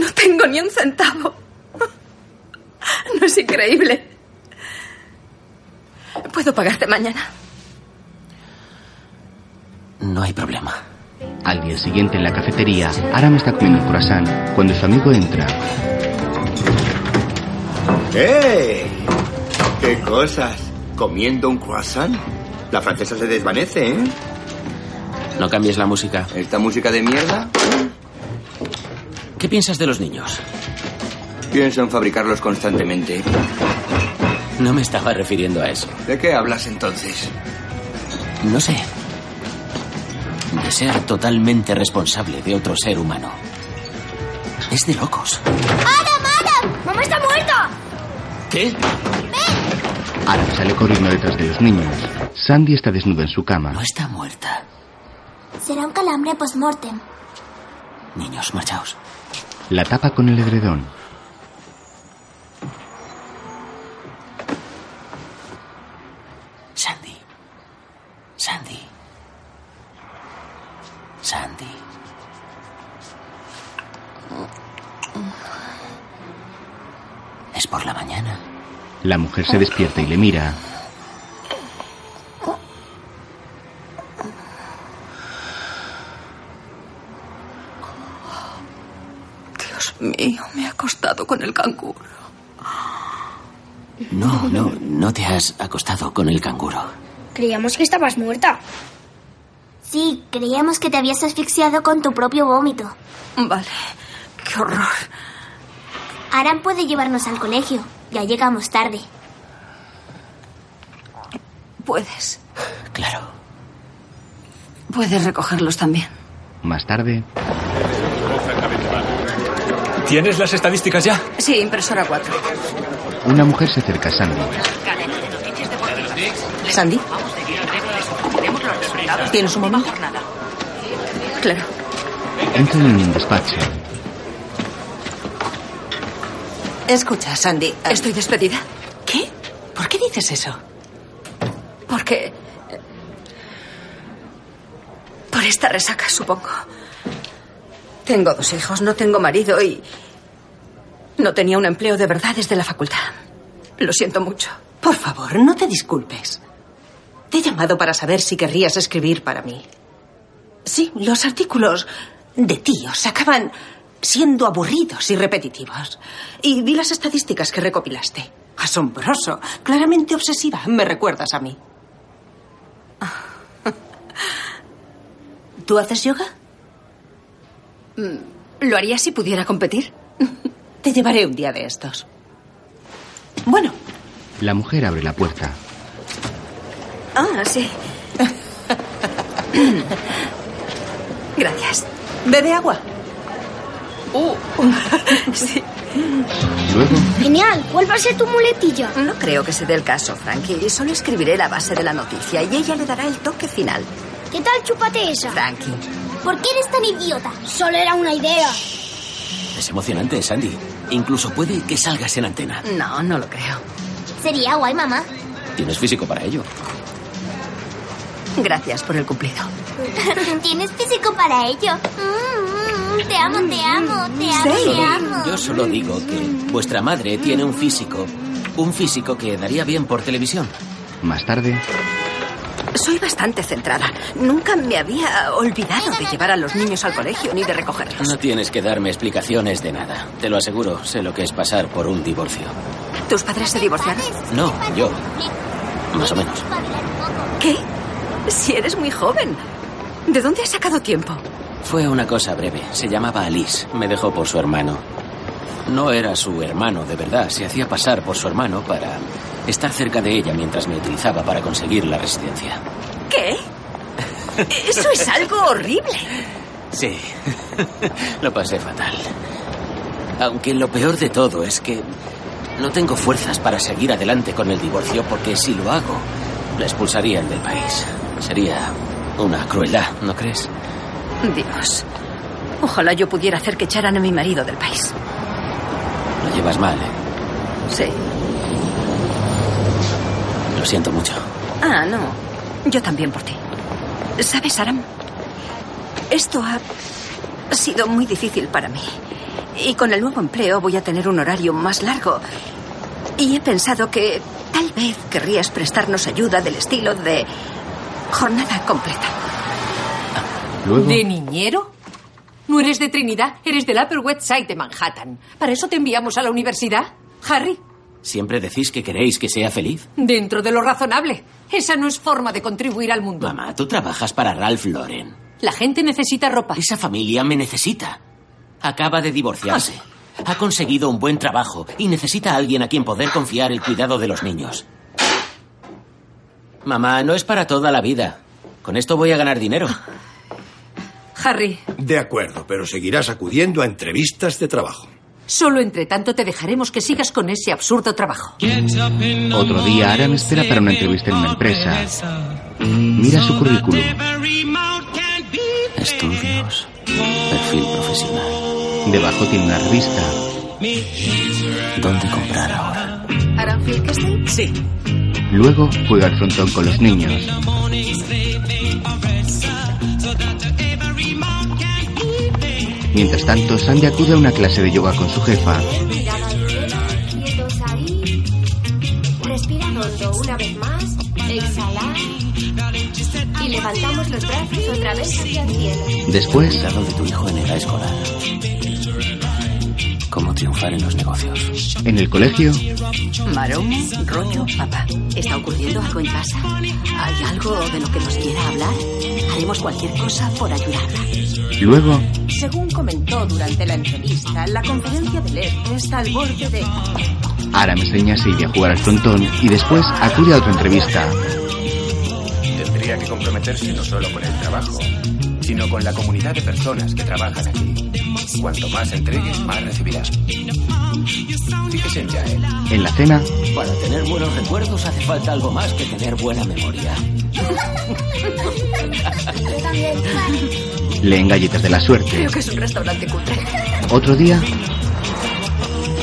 S2: No tengo ni un centavo. No es increíble. ¿Puedo pagarte mañana?
S10: No hay problema.
S1: Al día siguiente en la cafetería, Aram está comiendo un croissant cuando su amigo entra.
S15: ¡Eh! ¡Qué cosas! ¿Comiendo un croissant? La francesa se desvanece, ¿eh?
S10: No cambies la música.
S15: ¿Esta música de mierda?
S10: ¿Qué piensas de los niños?
S15: Pienso en fabricarlos constantemente.
S10: No me estaba refiriendo a eso.
S15: ¿De qué hablas entonces?
S10: No sé. De ser totalmente responsable de otro ser humano. Es de locos.
S5: ¡Adam, Adam! ¡Mamá está muerta!
S10: ¿Qué?
S1: Aram sale corriendo detrás de los niños. Sandy está desnuda en su cama. No
S10: está muerta.
S3: Será un calambre post-mortem.
S10: Niños, marchaos.
S1: La tapa con el edredón.
S10: Sandy. Sandy. Sandy. haces por la mañana?
S1: La mujer se despierta y le mira.
S23: Dios mío, me he acostado con el canguro.
S10: No, no, no te has acostado con el canguro.
S5: Creíamos que estabas muerta.
S3: Sí, creíamos que te habías asfixiado con tu propio vómito.
S23: Vale. Qué horror.
S3: Aran puede llevarnos al colegio. Ya llegamos tarde.
S23: ¿Puedes?
S10: Claro.
S23: Puedes recogerlos también.
S1: Más tarde,
S24: ¿Tienes las estadísticas ya?
S23: Sí, impresora 4.
S1: una mujer se acerca a Sandy.
S9: ¿Sandy?
S23: ¿Tienes un momento? Claro.
S1: Entran en un despacho.
S9: Escucha, Sandy. eh,
S23: ¿Estoy despedida?
S9: ¿Qué? ¿Por qué dices eso?
S23: Porque... eh, Por esta resaca, supongo. Tengo dos hijos, no tengo marido y... No tenía un empleo de verdad desde la facultad. Lo siento mucho.
S9: Por favor, no te disculpes. Te he llamado para saber si querrías escribir para mí. Sí, los artículos de tíos acaban siendo aburridos y repetitivos. Y vi las estadísticas que recopilaste. Asombroso, claramente obsesiva. Me recuerdas a mí. ¿Tú haces yoga?
S23: Mm, Lo haría si pudiera competir.
S9: Te llevaré un día de estos. Bueno,
S1: La mujer abre la puerta.
S23: Ah,
S5: [laughs]
S23: sí. Gracias.
S9: bebe agua.
S5: [laughs]
S23: Uh, sí.
S1: Luego,
S5: Genial, vuelva a ser tu muletilla.
S2: No creo que se dé el caso, Frankie. Solo escribiré la base de la noticia y ella le dará el toque final.
S5: ¿Qué tal chúpate esa?
S2: Frankie.
S5: ¿Por qué eres tan idiota? Solo era una idea.
S10: Es emocionante, Sandy. Incluso puede que salgas en antena.
S2: No, no lo creo.
S3: Sería guay, mamá. [laughs]
S10: Tienes físico para ello.
S2: Gracias por el cumplido.
S3: Tienes físico para ello. Mm, mm, te amo, te amo, te amo, te amo.
S10: Yo solo digo que vuestra madre tiene un físico. Un físico que daría bien por televisión.
S1: más tarde,
S2: Soy bastante centrada. Nunca me había olvidado de llevar a los niños al colegio ni de recogerlos.
S10: No tienes que darme explicaciones de nada. Te lo aseguro, sé lo que es pasar por un divorcio.
S2: ¿Tus padres se divorciaron?
S10: No, yo. Más o menos.
S2: ¿Qué? Si eres muy joven. ¿De dónde has sacado tiempo?
S10: Fue una cosa breve. Se llamaba Alice. Me dejó por su hermano. No era su hermano, de verdad. Se hacía pasar por su hermano para estar cerca de ella mientras me utilizaba para conseguir la residencia.
S2: ¿Qué? Eso es algo horrible.
S10: Sí, [laughs] lo pasé fatal. Aunque lo peor de todo es que no tengo fuerzas para seguir adelante con el divorcio porque si lo hago, la expulsarían del país. Sería una crueldad, ¿no crees?
S2: Dios. Ojalá yo pudiera hacer que echaran a mi marido del país.
S10: Lo llevas mal, ¿eh?
S2: Sí.
S10: Lo siento mucho.
S2: Ah, no. Yo también por ti. ¿Sabes, Aram? Esto ha sido muy difícil para mí. Y con el nuevo empleo voy a tener un horario más largo. Y he pensado que tal vez querrías prestarnos ayuda del estilo de jornada completa.
S1: luego,
S9: ¿De niñero? No eres de Trinidad, eres del Upper West Side de Manhattan. ¿Para eso te enviamos a la universidad? Harry,
S10: ¿Siempre decís que queréis que sea feliz?
S9: dentro de lo razonable. Esa no es forma de contribuir al mundo.
S10: Mamá, Ah, tú trabajas para Ralph Lauren.
S9: La gente necesita ropa.
S10: Esa familia me necesita. Acaba de divorciarse. Ha conseguido un buen trabajo y necesita a alguien a quien poder confiar el cuidado de los niños. Mamá, no es para toda la vida. Con esto voy a ganar dinero.
S9: Harry,
S15: De acuerdo, pero seguirás acudiendo a entrevistas de trabajo.
S9: solo entre tanto te dejaremos que sigas con ese absurdo trabajo.
S1: otro día, Aram espera para una entrevista en una empresa. Mira su currículum.
S10: Estudios. Perfil profesional.
S1: Debajo tiene una revista.
S10: ¿Dónde comprar ahora?
S9: ¿Aram Filkestein? Sí.
S1: Luego juega al frontón con los niños. Mientras tanto, Sandy acude a una clase de yoga con su jefa.
S4: [laughs]
S3: Levantamos los brazos otra vez hacia el cielo.
S10: Después. El lado de tu hijo en edad escolar. Cómo triunfar en los negocios.
S1: En el colegio,
S2: Maromo, rollo, papá. ¿Está ocurriendo algo en casa? ¿Hay algo de lo que nos quiera hablar? Haremos cualquier cosa por ayudarla.
S1: luego,
S8: Según comentó durante la entrevista, la conferencia de Lerner está al borde de...
S1: Ara me enseña a Silvia a jugar al frontón y después acude a otra entrevista.
S24: Tendría que comprometerse no solo con el trabajo, sino con la comunidad de personas que trabajan aquí. Cuanto más entregues, más recibirás. Fíjese en Yael.
S1: En la cena,
S10: Para tener buenos recuerdos hace falta algo más que tener buena memoria.
S3: Yo también.
S1: leen galletas de la suerte.
S2: Creo que es un restaurante cutre.
S1: Otro día,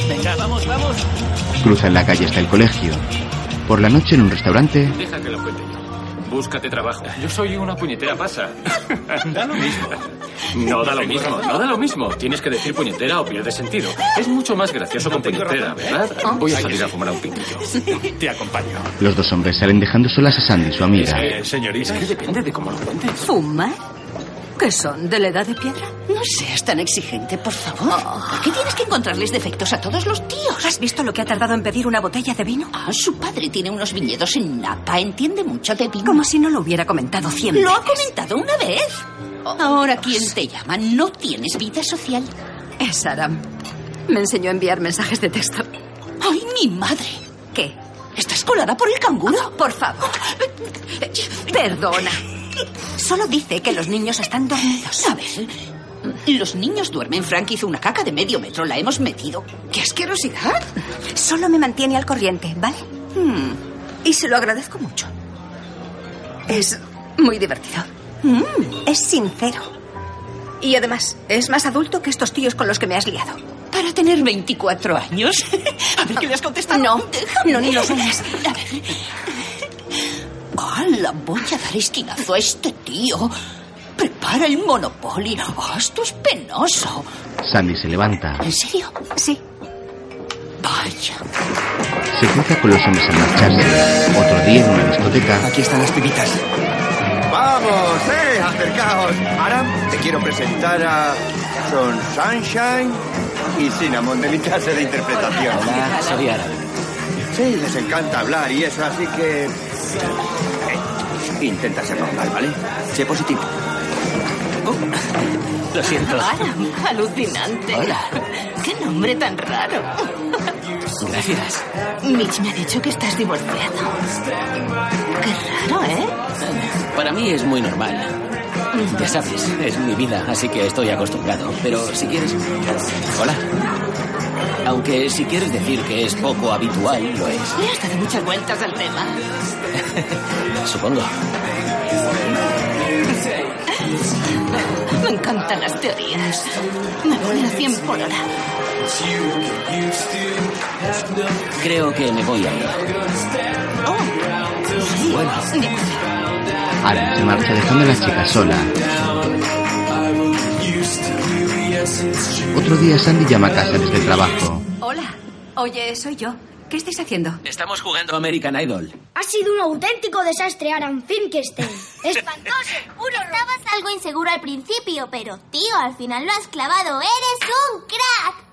S24: Venga, vamos, vamos.
S1: cruzan la calle hasta el colegio. Por la noche en un restaurante,
S24: Deja que lo cuente yo. Búscate trabajo. Yo soy una puñetera pasa. [laughs] da lo mismo. No da lo mismo, no da lo mismo. Tienes que decir puñetera o pierde sentido. Es mucho más gracioso con puñetera, ¿verdad? Voy a salir a fumar un pitillo. Te acompaño.
S1: los dos hombres salen dejando solas a Sandy, su amiga.
S24: señorita. Es que depende de cómo lo cuentes.
S2: ¿Fumar? ¿Qué son? ¿De la edad de piedra? Oh.
S4: No seas tan exigente, por favor. ¿Por qué tienes que encontrarles defectos a todos los tíos?
S2: ¿Has visto lo que ha tardado en pedir una botella de vino?
S4: Ah, su padre tiene unos viñedos en Napa. Entiende mucho de vino.
S2: Como si no lo hubiera comentado cien
S4: Lo ha
S2: veces.
S4: comentado una vez. Ahora, ¿quién te llama? No tienes vida social.
S2: Es Aram. Me enseñó a enviar mensajes de texto.
S4: ¡Ay, mi madre!
S2: ¿Qué? Ah,
S4: ¿Estás colada por el canguro? Oh, eh,
S2: Por favor. Perdona. Solo dice que los niños están dormidos.
S4: ¿Sabes? Los niños duermen. Frank hizo una caca de medio metro. La hemos metido. ¡Qué asquerosidad!
S2: Solo me mantiene al corriente, ¿vale?
S4: Mm,
S2: Y se lo agradezco mucho. Es muy divertido. Mm, Es sincero. Y además, es más adulto que estos tíos con los que me has liado.
S4: Para tener 24 años. A ver qué le has contestado.
S2: No,
S4: Déjame.
S2: no, ni [laughs] lo sueñes.
S4: A ver. ¡Hala! Voy a dar esquinazo a este tío. Prepara el Monopoly. Ah, esto es penoso.
S1: Sandy se levanta,
S4: ¿En serio?
S2: Sí.
S4: Vaya.
S1: se cruza con los hombres al marcharse. Otro día en una discoteca,
S25: Aquí están las pibitas.
S15: ¡Vamos, eh! ¡Acercaos! Ahora te quiero presentar a... Son Sunshine y Cinnamon de mi clase de interpretación.
S10: Hola, soy Ara.
S15: Sí, les encanta hablar y eso, así que... eh, intenta ser normal, ¿vale? Sé positivo.
S10: Uh, Lo siento.
S4: Aram, alucinante.
S10: Hola.
S4: Qué nombre tan raro.
S10: Gracias.
S4: Mitch me ha dicho que estás divorciado. Qué raro, ¿eh?
S10: Para mí es muy normal. Ya sabes, es mi vida, así que estoy acostumbrado. Pero si quieres... Hola. Aunque si quieres decir que es poco habitual, lo es.
S4: Le has dado muchas vueltas al tema.
S10: Supongo.
S4: Me encantan las teorías. Me voy a 100 por hora.
S10: Creo que me voy a ir.
S4: Oh, sí.
S1: Alan se marcha dejando a la chica sola. Otro día Sandy llama a casa desde el trabajo.
S2: Hola. Oye, soy yo. ¿Qué estáis haciendo?
S10: Estamos jugando American Idol.
S5: Ha sido un auténtico desastre, Aram
S10: [laughs]
S5: Finkelstein.
S3: ¡Espantoso!
S5: Espantabas
S3: Algo inseguro al principio, pero tío, al final lo has clavado. ¡Eres un crack!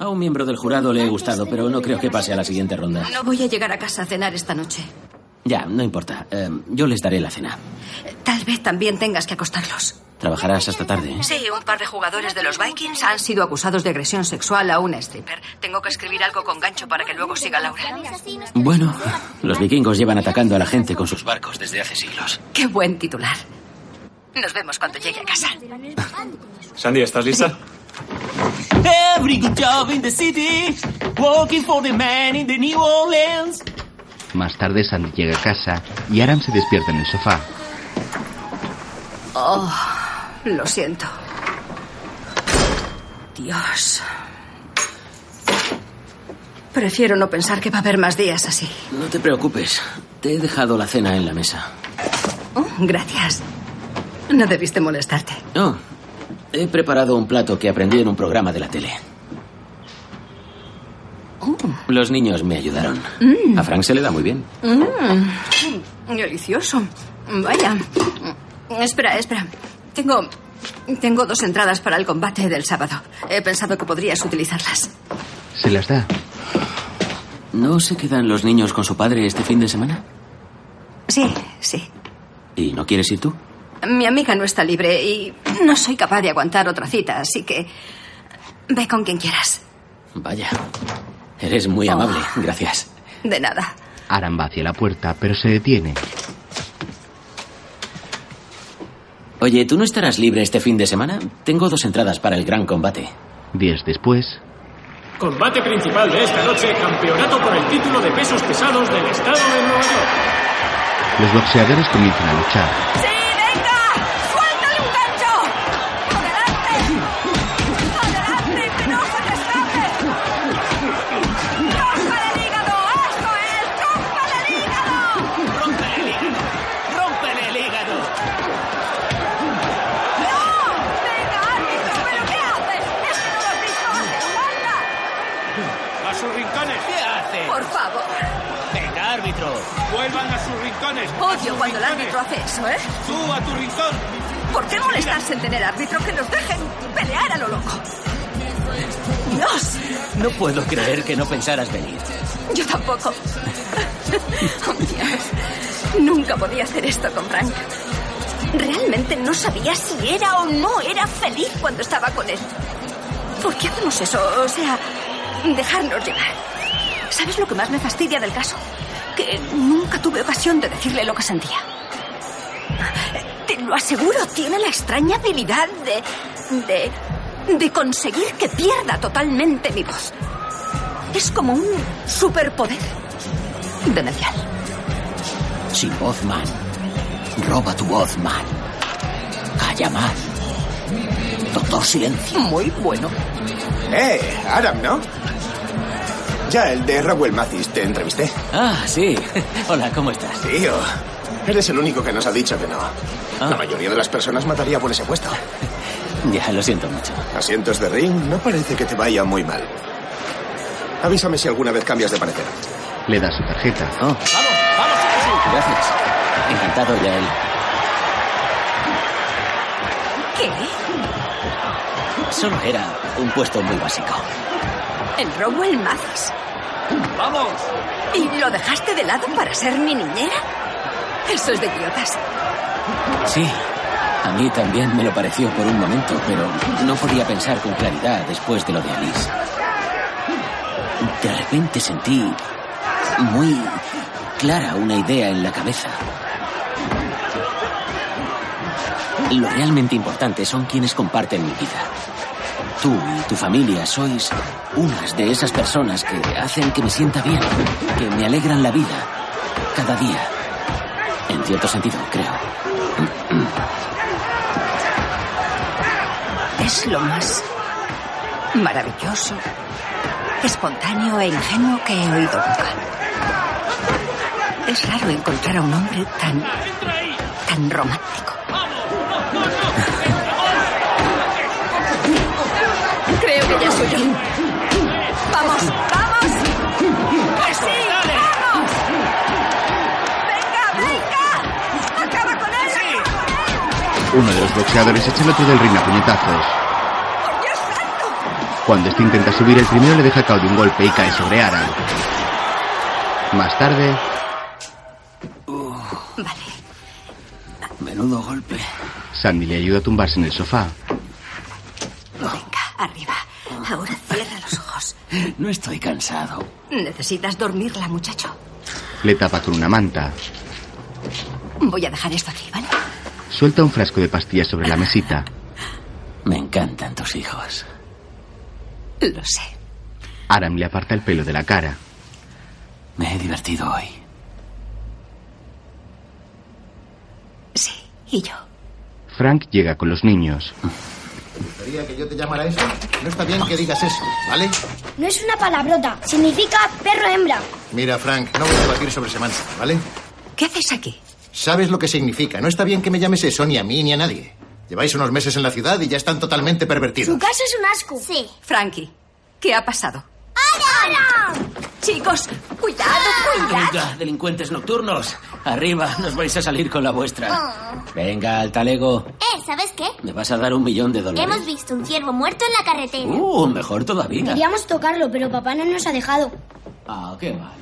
S10: A un miembro del jurado le he gustado, pero no creo que pase a la siguiente ronda.
S2: No voy a llegar a casa a cenar esta noche.
S10: Ya, no importa. Eh, yo les daré la cena.
S2: Tal vez también tengas que acostarlos.
S10: Trabajarás hasta tarde. ¿eh?
S2: Sí, un par de jugadores de los Vikings han sido acusados de agresión sexual a un stripper. Tengo que escribir algo con gancho para que luego siga Laura.
S10: Bueno, los vikingos llevan atacando a la gente con sus barcos desde hace siglos.
S2: Qué buen titular. Nos vemos cuando llegue a casa.
S26: Sandy, ¿estás lista?
S27: Every good job in the city, working for the man in the New Orleans.
S1: Más tarde Sandy llega a casa y Aram se despierta en el sofá.
S2: Oh, lo siento. Dios. Prefiero no pensar que va a haber más días así.
S10: No te preocupes. Te he dejado la cena en la mesa.
S2: Oh, gracias. No debiste molestarte.
S10: No. Oh, He preparado un plato que aprendí en un programa de la tele. Los niños me ayudaron.
S2: Mm.
S10: A Frank se le da muy bien.
S2: Mm, delicioso. Mm, Vaya. Espera, espera. Tengo. Tengo dos entradas para el combate del sábado. He pensado que podrías utilizarlas.
S10: Se las da. ¿No se quedan los niños con su padre este fin de semana?
S2: Sí, sí.
S10: ¿Y no quieres ir tú?
S2: Mi amiga no está libre y no soy capaz de aguantar otra cita, así que. Ve con quien quieras.
S10: Vaya. Eres muy amable.
S2: Oh.
S10: Gracias.
S2: De nada.
S1: Aram va hacia la puerta, pero se detiene.
S10: Oye, ¿tú no estarás libre este fin de semana? Tengo dos entradas para el gran combate.
S1: Días después,
S24: Combate principal de esta noche, campeonato por el título de pesos pesados del estado de Nueva York.
S1: los boxeadores comienzan a luchar.
S4: ¡Suéltale un gancho! ¡Adelante! ¡Adelante! ¡Que no se destape! ¡Rómpale el hígado! ¡Esto es! ¡Rómpale el hígado!
S28: ¡Rómpele el hígado! ¡Rómpele el hígado!
S24: ¡A sus rincones!
S28: ¿Qué hace?
S4: Por favor.
S28: Venga, árbitro.
S24: ¡Vuelvan a sus rincones!
S4: Odio cuando el árbitro hace eso, ¿eh?
S24: ¡Tú a tu rincón!
S4: ¿Por qué molestarse en tener árbitro que nos dejen pelear a lo loco? ¡Dios!
S28: No puedo creer que no pensaras venir.
S2: Yo tampoco. Oh, Dios. Nunca podía hacer esto con Frank. Realmente no sabía si era o no era feliz cuando estaba con él. ¿Por qué hacemos eso? O sea, dejarnos llevar. ¿Sabes lo que más me fastidia del caso? Que nunca tuve ocasión de decirle lo que sentía. Te lo aseguro, tiene la extraña habilidad de. de. de conseguir que pierda totalmente mi voz. Es como un superpoder demencial.
S10: Sin voz, man. Roba tu voz, man. Calla, man. Doctor Silencio.
S17: Muy bueno.
S15: Eh, Adam, ¿no? Ya, el de Rowell Mathis, te entrevisté.
S10: Ah, sí. [laughs] Hola, ¿cómo estás?
S15: Tío, eres el único que nos ha dicho que no.
S10: Ah.
S15: La mayoría de las personas mataría por ese puesto.
S10: [laughs] Ya, lo siento mucho.
S15: Asientos de ring, no parece que te vaya muy mal. Avísame si alguna vez cambias de parecer.
S1: Le da su tarjeta.
S25: Oh.
S10: Gracias. Encantado, Yael.
S4: ¿Qué?
S10: Solo era un puesto muy básico.
S4: El Rowell Mathis.
S24: ¡Vamos!
S4: ¿Y lo dejaste de lado para ser mi niñera? Eso es de idiotas.
S10: Sí. A mí también me lo pareció por un momento, pero no podía pensar con claridad después de lo de Alice. De repente sentí muy clara una idea en la cabeza. Lo realmente importante son quienes comparten mi vida. Tú y tu familia sois unas de esas personas que hacen que me sienta bien, que me alegran la vida cada día. En cierto sentido, creo.
S7: Es lo más maravilloso, espontáneo e ingenuo que he oído nunca. Es raro encontrar a un hombre tan. tan romántico.
S4: Creo que ya soy yo. ¡Vamos! ¡Vamos! ¡Así! ¡Vamos! ¡Venga, venga! ¡Acaba con él!
S1: Uno de los boxeadores echa al otro del ring a puñetazos. Cuando este intenta subir, el primero le deja caer de un golpe y cae sobre Aram. Más tarde,
S10: Menudo golpe.
S1: Sandy le ayuda a tumbarse en el sofá.
S2: Venga, arriba. Ahora cierra los ojos.
S10: No estoy cansado.
S2: Necesitas dormirla, muchacho.
S1: Le tapa con una manta.
S2: Voy a dejar esto aquí, ¿vale?
S1: Suelta un frasco de pastillas sobre la mesita.
S10: Me encantan tus hijos.
S2: Lo sé.
S1: Aram le aparta el pelo de la cara.
S10: Me he divertido hoy.
S2: Sí, y yo.
S1: Frank llega con los niños.
S6: ¿Gustaría que yo te llamara eso? No está bien que digas eso, ¿vale?
S5: No es una palabrota, significa perro hembra.
S6: Mira, Frank, no voy a debatir sobre semántica, ¿vale?
S2: ¿Qué haces aquí?
S6: Sabes lo que significa. No está bien que me llames eso ni a mí ni a nadie. Lleváis unos meses en la ciudad y ya están totalmente pervertidos.
S5: Su casa es un asco. Sí.
S2: Frankie, ¿qué ha pasado?
S5: ¡Adam!
S3: ¡Para!
S2: Chicos, cuidado,
S29: Venga, Ah, delincuentes nocturnos. Arriba, nos vais a salir con la vuestra.
S2: Ah.
S29: Venga, altalego.
S3: Eh, ¿sabes qué?
S29: Me vas a dar un millón de dólares.
S5: Hemos
S3: visto un ciervo muerto en la carretera.
S29: Uh, mejor todavía.
S5: Queríamos tocarlo, pero papá no nos ha dejado.
S29: Ah, qué mal.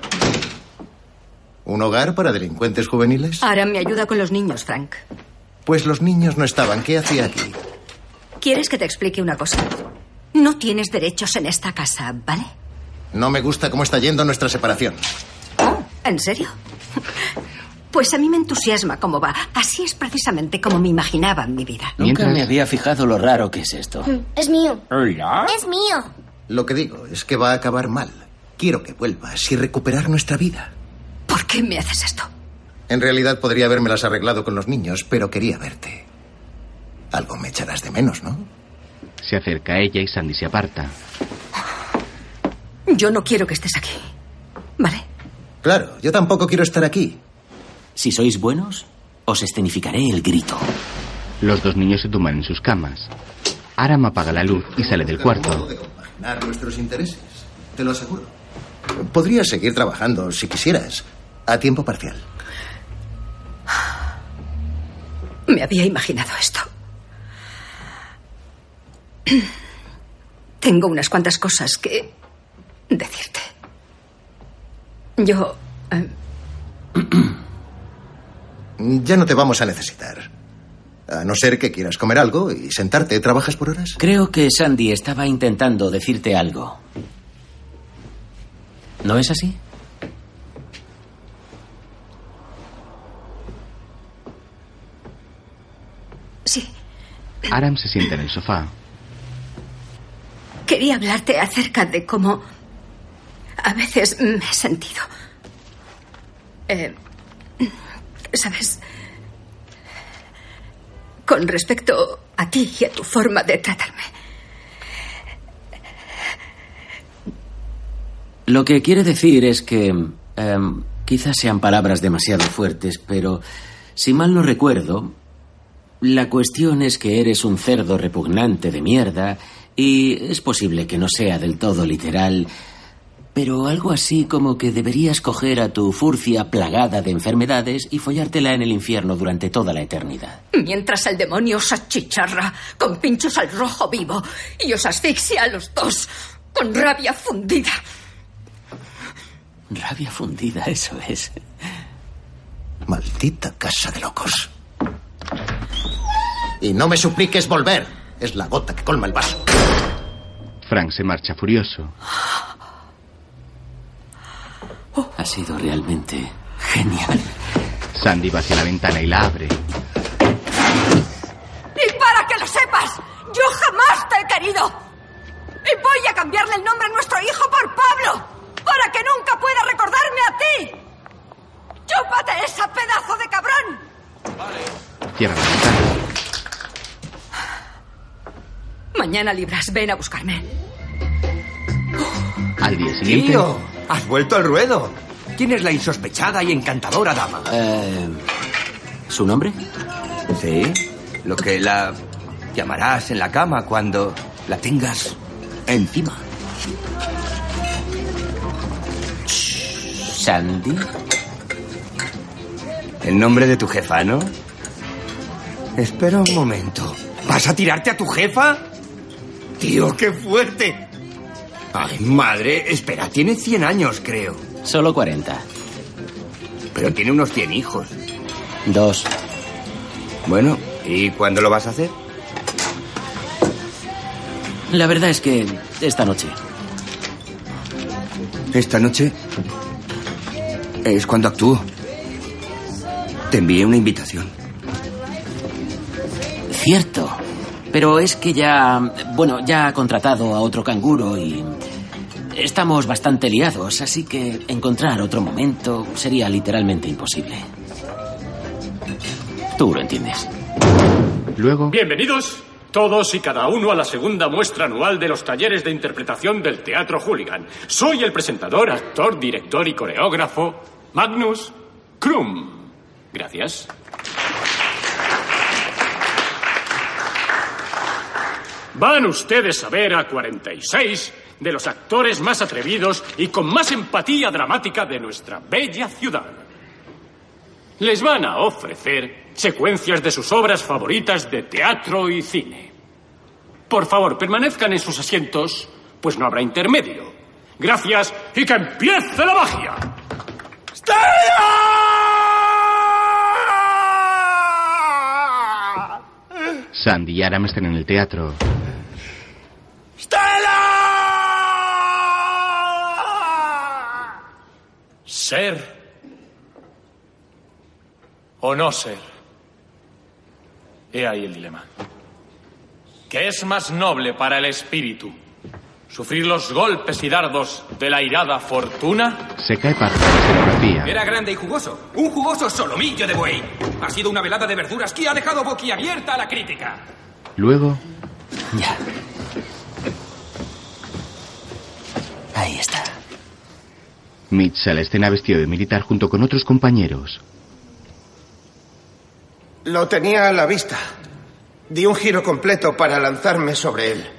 S6: ¿Un hogar para delincuentes juveniles?
S2: Aram me ayuda con los niños, Frank.
S6: Pues los niños no estaban. ¿Qué hacía aquí?
S2: ¿Quieres que te explique una cosa? No tienes derechos en esta casa, ¿vale?
S6: No me gusta cómo está yendo nuestra separación.
S2: ¿En serio? Pues a mí me entusiasma cómo va. Así es precisamente como me imaginaba mi vida.
S10: Nunca me había fijado lo raro que es esto.
S5: Es mío.
S6: ¿Ah?
S10: Hola.
S5: Es mío.
S6: Lo que digo es que va a acabar mal. Quiero que vuelvas y recuperar nuestra vida.
S2: ¿Por qué me haces esto?
S6: En realidad podría habérmelas arreglado con los niños, pero quería verte. Algo me echarás de menos, ¿no?
S1: Se acerca a ella y Sandy se aparta.
S2: Yo no quiero que estés aquí.
S6: Claro, yo tampoco quiero estar aquí.
S10: Si sois buenos, os escenificaré el grito.
S1: Los dos niños se tumban en sus camas. Aram apaga la luz y sale del cuarto.
S6: Ganar nuestros intereses, te lo aseguro. Podrías seguir trabajando si quisieras, a tiempo parcial.
S2: Me había imaginado esto. Tengo unas cuantas cosas que decirte. Yo... eh,
S6: Ya no te vamos a necesitar. A no ser que quieras comer algo y sentarte, ¿trabajas por horas?
S10: Creo que Sandy estaba intentando decirte algo. ¿No es así?
S1: Aram se sienta en el sofá.
S2: Quería hablarte acerca de cómo a veces me he sentido. Eh, ¿Sabes? Con respecto a ti y a tu forma de tratarme.
S10: Lo que quiere decir es que em, quizás sean palabras demasiado fuertes, pero si mal no recuerdo, la cuestión es que eres un cerdo repugnante de mierda y es posible que no sea del todo literal, pero algo así como que deberías coger a tu furcia plagada de enfermedades y follártela en el infierno durante toda la eternidad.
S2: Mientras el demonio os achicharra con pinchos al rojo vivo y os asfixia a los dos con rabia fundida.
S10: Rabia fundida, eso es.
S6: Maldita casa de locos. Y no me supliques volver. Es la gota que colma el vaso.
S1: Frank se marcha furioso.
S10: Ha sido realmente genial.
S1: Sandy va hacia la ventana y la abre.
S30: Y para que lo sepas, yo jamás te he querido. Y voy a cambiarle el nombre a nuestro hijo por Pablo, para que nunca pueda recordarme a ti. ¡Chúpate esa pedazo de cabrón!
S1: Cierra la ventana.
S2: Mañana libras, ven a buscarme.
S1: Al día
S10: siguiente-
S15: Tío, has vuelto al ruedo. ¿Quién es la insospechada y encantadora dama?
S10: Eh, ¿Su nombre?
S15: Sí, lo que la llamarás en la cama cuando la tengas encima.
S10: Sandy.
S15: El nombre de tu jefa, ¿no? Espera un momento. ¿Vas a tirarte a tu jefa? Tío, qué fuerte. Ay, madre, espera, tiene 100 años, creo.
S10: Solo 40.
S15: Pero tiene unos 100 hijos.
S10: Dos.
S15: Bueno, ¿y cuándo lo vas a hacer?
S10: La verdad es que esta noche.
S15: Esta noche es cuando actúo. Te envié una invitación.
S10: Cierto. Pero es que ya. Bueno, ya ha contratado a otro canguro y. Estamos bastante liados, así que encontrar otro momento sería literalmente imposible. Tú lo entiendes.
S1: Luego.
S24: Bienvenidos todos y cada uno a la segunda muestra anual de los talleres de interpretación del Teatro Hooligan. Soy el presentador, actor, director y coreógrafo Magnus Krum. Gracias. Van ustedes a ver a 46 de los actores más atrevidos y con más empatía dramática de nuestra bella ciudad. Les van a ofrecer secuencias de sus obras favoritas de teatro y cine. Por favor, permanezcan en sus asientos, pues no habrá intermedio. Gracias y que empiece la magia.
S1: Sandy y Aram están en el teatro.
S10: ¿Ser o no ser? He ahí el dilema. ¿Qué es más noble para el espíritu? ¿Sufrir los golpes y dardos de la irada fortuna?
S1: Se cae parte de la escenografía.
S31: Era grande y jugoso. Un jugoso solomillo de buey. Ha sido una velada de verduras que ha dejado boquiabierta a la crítica.
S1: Luego,
S10: Ya. Ahí está.
S1: Mitch sale a escena vestido de militar junto con otros compañeros.
S15: Lo tenía a la vista. Di un giro completo para lanzarme sobre él.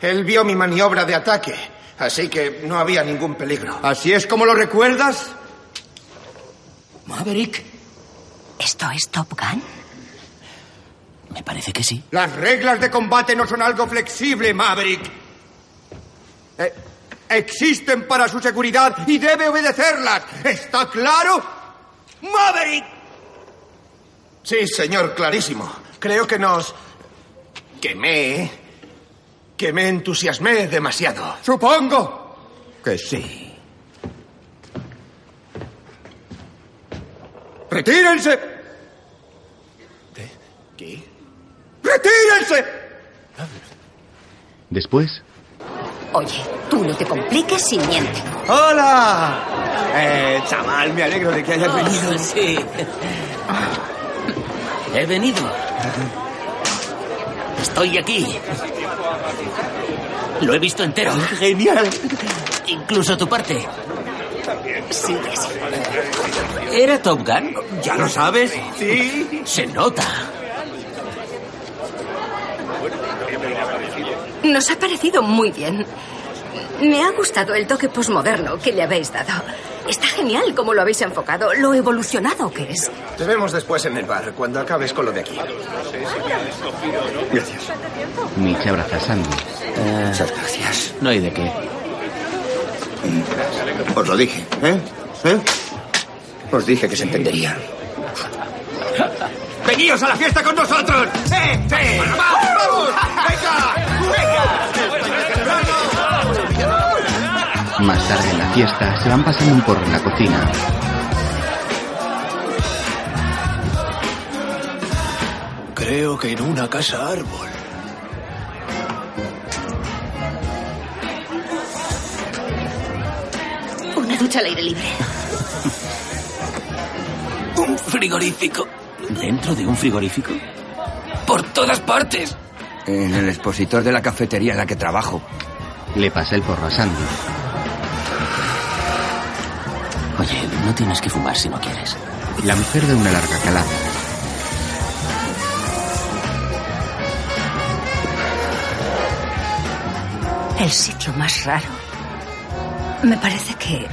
S15: Él vio mi maniobra de ataque, así que no había ningún peligro. ¿Así es como lo recuerdas?
S10: Maverick. ¿Esto es Top Gun? Me parece que sí.
S15: Las reglas de combate no son algo flexible, Maverick. Eh, existen para su seguridad y debe obedecerlas. ¿Está claro? Maverick. Sí, señor, clarísimo. Creo que nos... quemé. que me entusiasmé demasiado. Supongo. Que sí. ¡Retírense! ¿Qué? ¡Retírense!
S1: Después,
S32: Oye, tú no te compliques si miente.
S4: ¡Hola! Eh, chaval, me alegro de que hayas
S10: Oh,
S4: venido.
S10: Sí.
S15: Ah.
S10: He venido. Estoy aquí. Lo he visto entero. Genial. Incluso tu parte. Sí, sí. ¿Era Top Gun?
S4: ¿Ya lo sabes?
S10: Sí. Se nota.
S2: Nos ha parecido muy bien. Me ha gustado el toque posmoderno que le habéis dado. Está genial cómo lo habéis enfocado, lo evolucionado que es.
S15: Te vemos después en el bar, cuando acabes con lo de aquí. Gracias.
S1: Mitch abraza a Sandy.
S15: Muchas gracias.
S10: No hay de qué.
S33: Os lo dije, ¿eh? ¿Eh? Os dije que se entendería.
S4: ¡Veníos a la fiesta con nosotros! ¡Eh, eh! ¡Vamos, vamos!
S1: Más tarde en la fiesta se van pasando un porro en la cocina.
S34: Creo que en una casa árbol.
S9: Una ducha al aire libre.
S10: Un frigorífico. ¿Dentro de un frigorífico? Por todas partes.
S4: En el expositor de la cafetería en la que trabajo.
S1: Le pasa el porro a Sandy.
S10: Oye, no tienes que fumar si no quieres.
S1: La mujer da una larga calada.
S35: El sitio más raro. Me parece que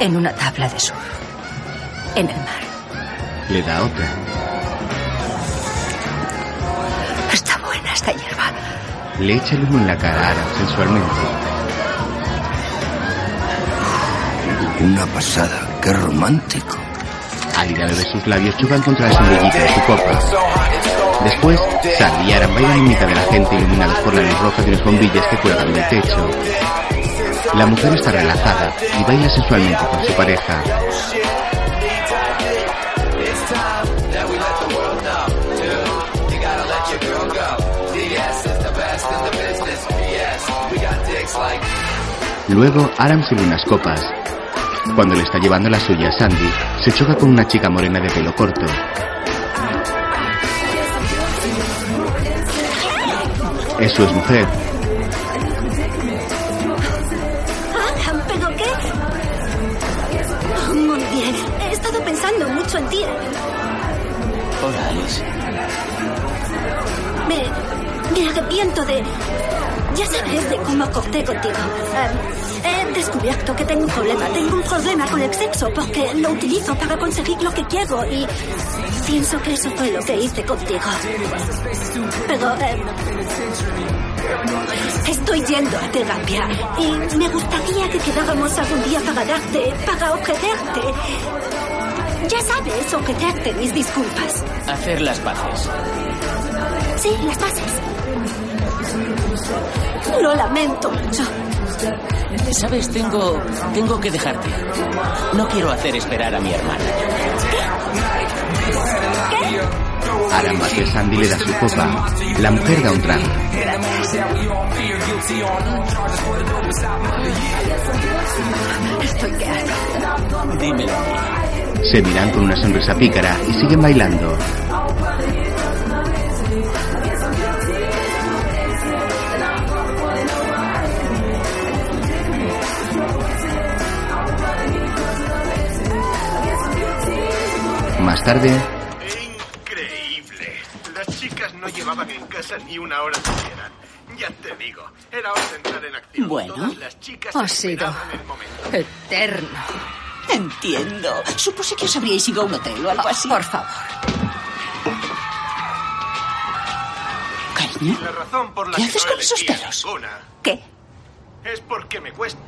S35: en una tabla de surf. En el mar.
S1: Le da otra.
S35: Está buena esta hierba.
S1: Le echa el humo en la cara a Aram sensualmente.
S36: Una pasada, qué romántico.
S1: Árida bebe sus labios chocan contra el sombrillito de su copa. Después, Sandy y Aram bailan en mitad de la gente iluminados por la luz roja de los bombillas que cuelgan del techo. La mujer está relajada y baila sensualmente con su pareja.
S4: Ah,
S1: Luego, Aram sirve unas copas. Cuando le está llevando la suya a Sandy, se choca con una chica morena de pelo corto. Es su exmujer.
S5: Adam, ¿pero qué? Muy bien. He estado pensando mucho en ti.
S10: Hola, Alice.
S5: Me,
S4: Me arrepiento de... Ya sabes de cómo corté contigo. Eh, he descubierto que tengo un problema. Tengo un problema con el sexo porque lo utilizo para conseguir lo que quiero y pienso que eso fue lo que hice contigo. Pero eh, estoy yendo a terapia y me gustaría que quedáramos algún día para darte, para ofrecerte. Ya sabes, ofrecerte mis disculpas.
S10: Hacer las paces.
S4: Sí, las pases. Lo lamento mucho.
S10: Sabes, tengo. tengo que dejarte. No quiero hacer esperar a mi hermana.
S1: Aram va hacia Sandy le da su copa. La mujer da un trago.
S37: Estoy que ardo.
S10: Dímelo.
S1: Se miran con una sonrisa pícara y siguen bailando. Más tarde,
S15: Increíble. Las chicas no llevaban en casa ni una hora siquiera. Ya te digo, era hora de entrar en acción.
S2: Bueno,
S37: Ha sido eterno.
S2: entiendo. Supuse que os habríais ido a un hotel o algo así. Ah, Por favor.
S10: ¿Eh?
S2: Cariño,
S15: La razón por la
S2: ¿Qué
S15: que
S2: haces
S15: no
S2: con esos
S15: elegí a
S2: pelos?
S15: ninguna
S2: ¿Qué?
S15: es porque me cuesta.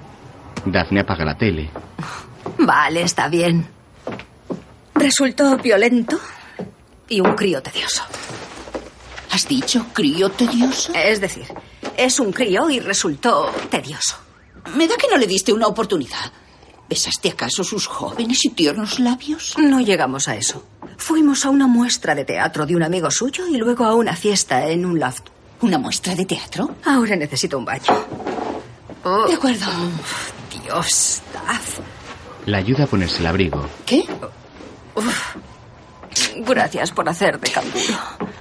S1: Daphne apaga la tele.
S38: Vale, está bien. Resultó violento y un crío tedioso.
S2: ¿Has dicho crío tedioso?
S38: Es decir, es un crío y resultó tedioso.
S2: Me da que no le diste una oportunidad. ¿Besaste acaso sus jóvenes y tiernos labios?
S38: No llegamos a eso. Fuimos a una muestra de teatro de un amigo suyo y luego a una fiesta en un loft.
S2: ¿Una muestra de teatro?
S38: Ahora necesito un baño.
S2: De acuerdo.
S38: Dios, Daf.
S1: La ayuda a ponerse el abrigo.
S2: ¿Qué?
S38: Uf. Gracias por hacer de canguro.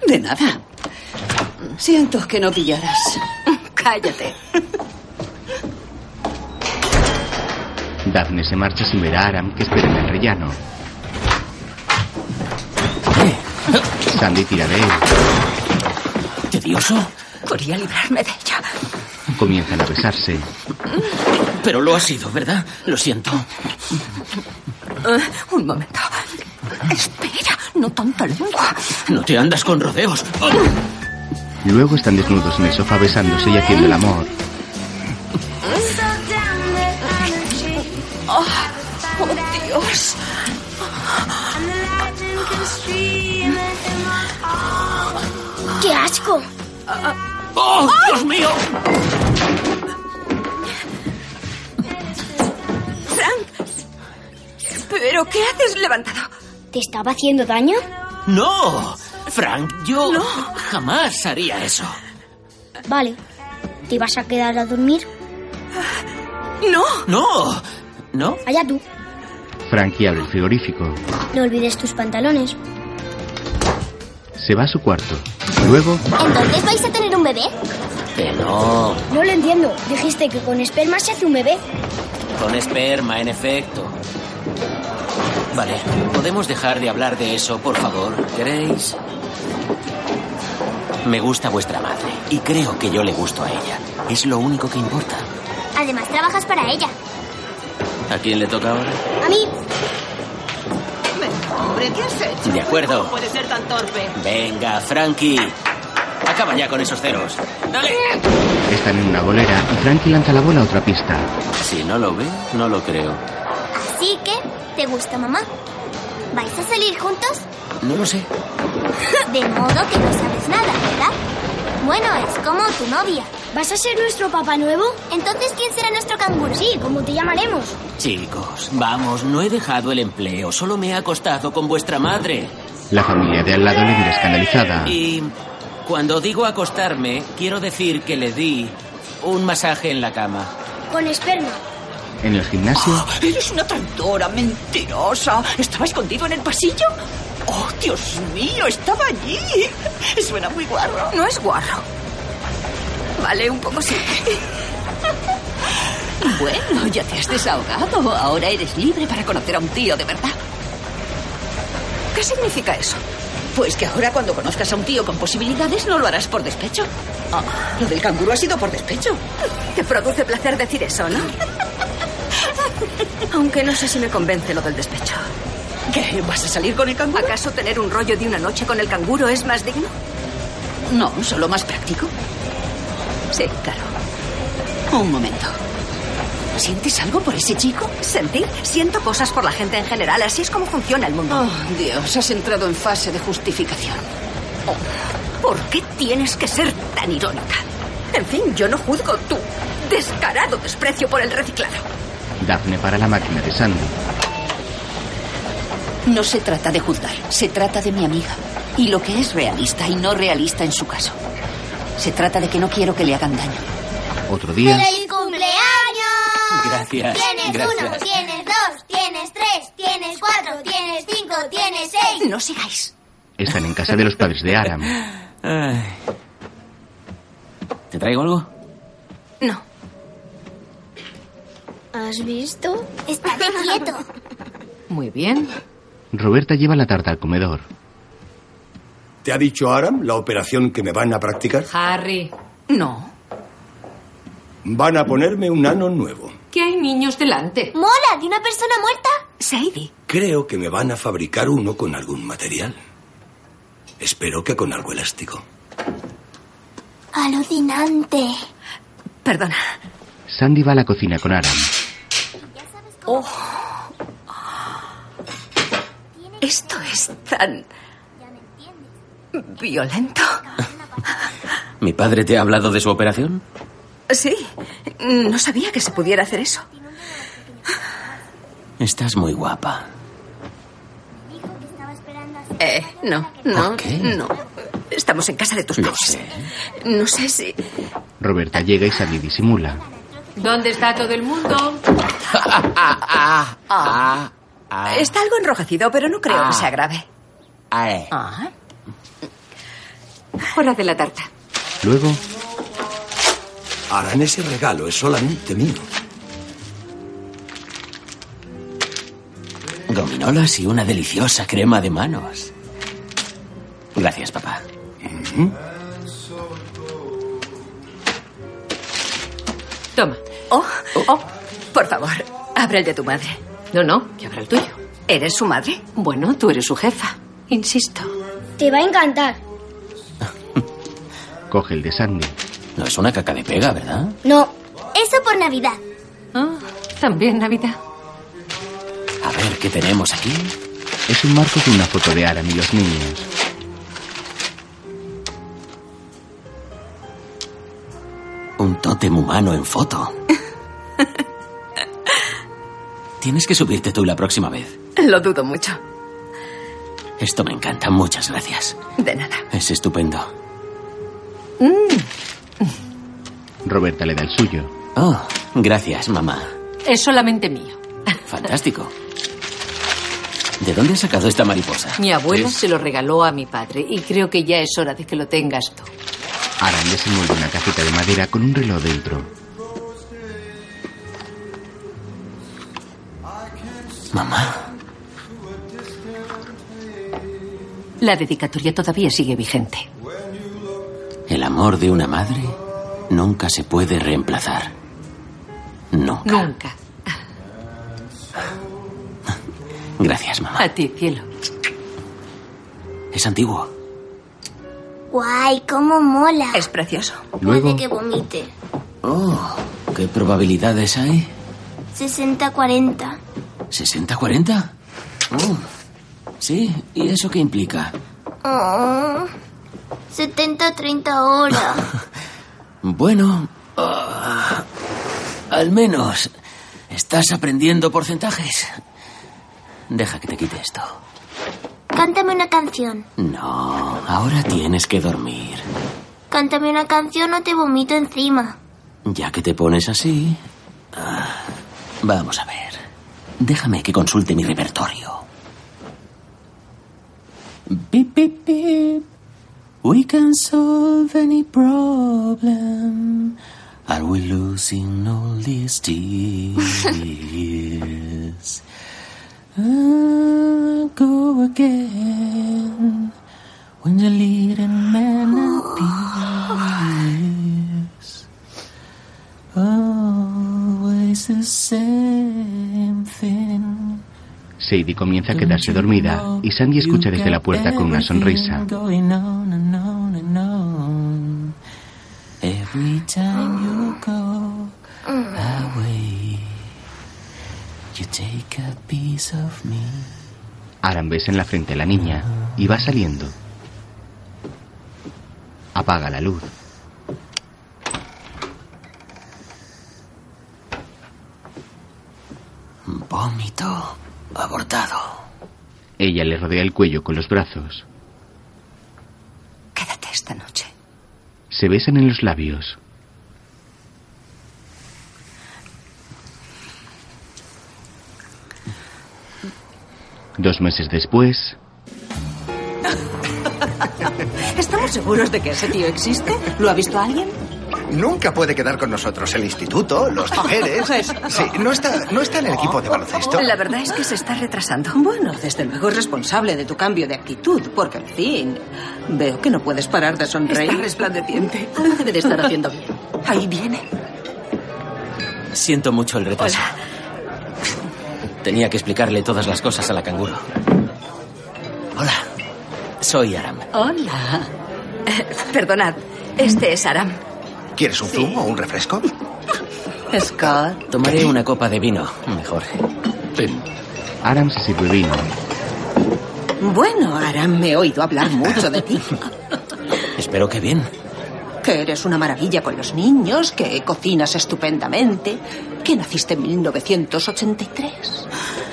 S2: De nada. Siento que no pillaras.
S38: Cállate.
S1: Daphne se marcha sin ver a Aram, que espera en el rellano. Sandy tira de él.
S10: ¿Tedioso?
S38: Podría librarme de ella.
S1: Comienzan a besarse.
S10: Pero lo ha sido, ¿verdad? Lo siento.
S38: Eh, un momento. Espera, no tanta lengua.
S10: No te andas con rodeos. Oh,
S1: Luego están desnudos en el sofá besándose y haciendo el amor.
S37: Oh, oh, Dios.
S5: ¡Qué asco!
S10: ¡Oh, Dios mío!
S38: Frank. ¿Pero qué haces levantado?
S5: ¿Te estaba haciendo daño?
S10: ¡No! Frank, yo jamás haría eso.
S5: Vale. ¿Te vas a quedar a dormir?
S38: ¡No!
S10: ¡No! ¿No?
S5: Allá tú.
S1: Frankie abre el frigorífico.
S5: No olvides tus pantalones.
S1: Se va a su cuarto. Luego,
S5: ¿Entonces vais a tener un bebé?
S10: Que no.
S5: No lo entiendo. Dijiste que con esperma se hace un bebé.
S10: Con esperma, en efecto. Vale, ¿podemos dejar de hablar de eso, por favor? ¿Queréis? Me gusta vuestra madre y creo que yo le gusto a ella. Es lo único que importa.
S5: Además, trabajas para ella.
S10: ¿A quién le toca ahora?
S5: A mí.
S2: Hombre, ¿qué has hecho?
S10: De acuerdo.
S2: ¿Cómo puede ser tan torpe?
S10: Venga, Frankie. Acaba ya con esos ceros. ¡Dale!
S1: están en una bolera y Frankie lanza la bola a otra pista.
S10: Si no lo ve, no lo creo.
S5: Así que, ¿te gusta mamá?
S3: ¿Vais a salir juntos? [laughs]
S10: No lo sé.
S3: De modo que no sabes nada, ¿verdad? Bueno, es como tu novia.
S5: ¿Vas a ser nuestro papá nuevo?
S3: Entonces, ¿quién será nuestro canguro?
S5: Sí, como te llamaremos.
S10: Chicos, vamos, no he dejado el empleo, solo me he acostado con vuestra madre.
S1: La familia de al lado le mira escandalizada.
S10: Y cuando digo acostarme, quiero decir que le di un masaje en la cama.
S5: Con esperma.
S1: En el gimnasio,
S2: Eres una traidora, mentirosa. ¿Estaba escondido en el pasillo? ¡Oh, Dios mío! ¡Estaba allí! Suena muy guarro.
S38: No es guarro. Vale, un poco sí.
S2: Bueno, ya te has desahogado. Ahora eres libre para conocer a un tío de verdad.
S38: ¿Qué significa eso?
S39: Pues que ahora cuando conozcas a un tío con posibilidades no lo harás por despecho. Ah, lo del canguro ha sido por despecho.
S2: Te produce placer decir eso, ¿no? Aunque no sé si me convence lo del despecho.
S39: ¿Qué? ¿Vas a salir con el canguro?
S2: ¿Acaso tener un rollo de una noche con el canguro es más digno?
S39: No, solo más práctico.
S2: Sí, claro.
S39: Un momento. ¿Sientes algo por ese chico?
S2: ¿Sentir? Siento cosas por la gente en general. Así es como funciona el mundo.
S39: Oh, Dios, has entrado en fase de justificación.
S2: Oh, ¿Por qué tienes que ser tan irónica? En fin, yo no juzgo tu descarado desprecio por el reciclado.
S1: Daphne para la máquina de Sandy.
S39: No se trata de juzgar, se trata de mi amiga. Y lo que es realista y no realista en su caso. Se trata de que no quiero que le hagan daño.
S1: Otro día,
S3: ¡Feliz cumpleaños!
S10: Gracias.
S3: Tienes uno,
S10: Gracias.
S3: tienes dos, tienes tres, tienes cuatro, tienes cinco, tienes seis.
S39: No sigáis.
S1: están en casa de los padres de Aram.
S10: Ay. ¿Te traigo algo?
S5: ¿Has visto? [laughs]
S3: Estate quieto.
S2: Muy bien.
S1: Roberta lleva la tarta al comedor.
S15: ¿Te ha dicho Aram la operación que me van a practicar?
S8: Harry,
S2: No.
S15: Van a ponerme un ano nuevo.
S8: que hay niños delante.
S3: ¿Mola de una persona muerta?
S2: Sadie.
S15: Creo que me van a fabricar uno con algún material. Espero que con algo elástico.
S3: Alucinante.
S2: Perdona.
S1: Sandy va a la cocina con Aram.
S2: Oh. Esto es tan... violento.
S10: ¿Mi padre te ha hablado de su operación?
S2: Sí, no sabía que se pudiera hacer eso.
S10: Estás muy guapa.
S2: Eh, no, no,
S10: ¿Por qué?
S2: no. Estamos en casa de tus
S10: Lo
S2: padres. No sé si...
S1: Roberta llega y Sandy disimula.
S8: ¿Dónde está todo el
S2: [laughs]
S8: mundo?
S10: Ah,
S2: Ah. Está algo enrojecido, pero no creo
S8: Ah.
S2: que sea grave. Ah. Hora de la tarta.
S1: Luego,
S15: Harán ese regalo, es solamente mío.
S10: Gominolas y una deliciosa crema de manos. Gracias, papá. Mm,
S8: Toma.
S2: Oh, oh, por favor, abre el de tu madre.
S8: No, no, que habrá el tuyo.
S2: ¿Eres su madre?
S8: Bueno, tú eres su jefa. Insisto.
S5: Te va a encantar.
S1: coge el de Sandy.
S10: No es una caca de pega, ¿verdad?
S5: No.
S3: Eso por Navidad.
S8: Ah, también Navidad.
S10: A ver qué tenemos aquí.
S1: Es un marco con una foto de Aram y los niños.
S10: Un tótem humano en foto. [laughs] Tienes que subirte tú la próxima vez.
S2: Lo dudo mucho.
S10: Esto me encanta. Muchas gracias.
S2: De nada.
S10: Es estupendo.
S9: Mm,
S1: Roberta le da el suyo.
S10: Oh, gracias, mamá.
S8: Es solamente mío.
S10: Fantástico. ¿De dónde has sacado esta mariposa?
S8: Mi abuelo
S10: Es-
S8: se lo regaló a mi padre y creo que ya es hora de que lo tengas tú.
S1: Aram desenvuelve una cajita de madera con un reloj dentro.
S10: Mamá.
S8: La dedicatoria todavía sigue vigente.
S10: El amor de una madre nunca se puede reemplazar. No.
S8: Nunca.
S10: Gracias, mamá.
S8: A ti, cielo.
S10: Es antiguo.
S3: Guay, cómo mola.
S2: Es precioso.
S10: Luego-
S3: que vomite.
S10: Oh, ¿qué probabilidades hay?
S3: 60-40.
S10: ¿60-40? Oh, sí, ¿y eso qué implica?
S3: Oh, 70-30 ahora.
S10: Bueno, ah, al menos estás aprendiendo porcentajes. Deja que te quite esto.
S3: Cántame una canción.
S10: No, ahora tienes que dormir.
S3: Cántame una canción o te vomito encima.
S10: Ya que te pones así... ah, vamos a ver. Déjame que consulte mi repertorio. Pip, pip, pip. We can solve any problem. Are we losing all these [laughs] tears? I'll go again.
S15: When the leading man appears, always the same thing.
S1: Sadie comienza a quedarse dormida y Sandy escucha desde la puerta con una sonrisa.
S15: Going on and on and on. Every time you go away, you take a piece of me.
S1: Aram besa en la frente a la niña y va saliendo. Apaga la luz.
S15: Vómito abortado.
S1: Ella le rodea el cuello con los brazos.
S7: Quédate esta noche.
S1: Se besan en los labios. Dos meses después,
S9: ¿Estamos seguros de que ese tío existe? ¿Lo ha visto alguien?
S6: Nunca puede quedar con nosotros el instituto, los deberes. Sí, no está, no está en el equipo de baloncesto.
S9: La verdad es que se está retrasando. Bueno, desde luego es responsable de tu cambio de actitud, porque en fin, veo que no puedes parar de sonreír.
S7: Está
S9: resplandeciente. Algo debe de estar haciendo bien. Ahí viene.
S10: Siento mucho el retraso. Tenía que explicarle todas las cosas a la canguro. Hola, soy Aram.
S7: Hola. Eh, perdonad, este es Aram.
S6: ¿Quieres un zumo o un refresco?
S7: Scott.
S10: Tomaré una copa de vino, mejor.
S1: Aram se sirve vino.
S9: Bueno, Aram, me he oído hablar mucho de ti.
S10: Espero que bien.
S9: Que eres una maravilla con los niños, que cocinas estupendamente, que naciste en 1983.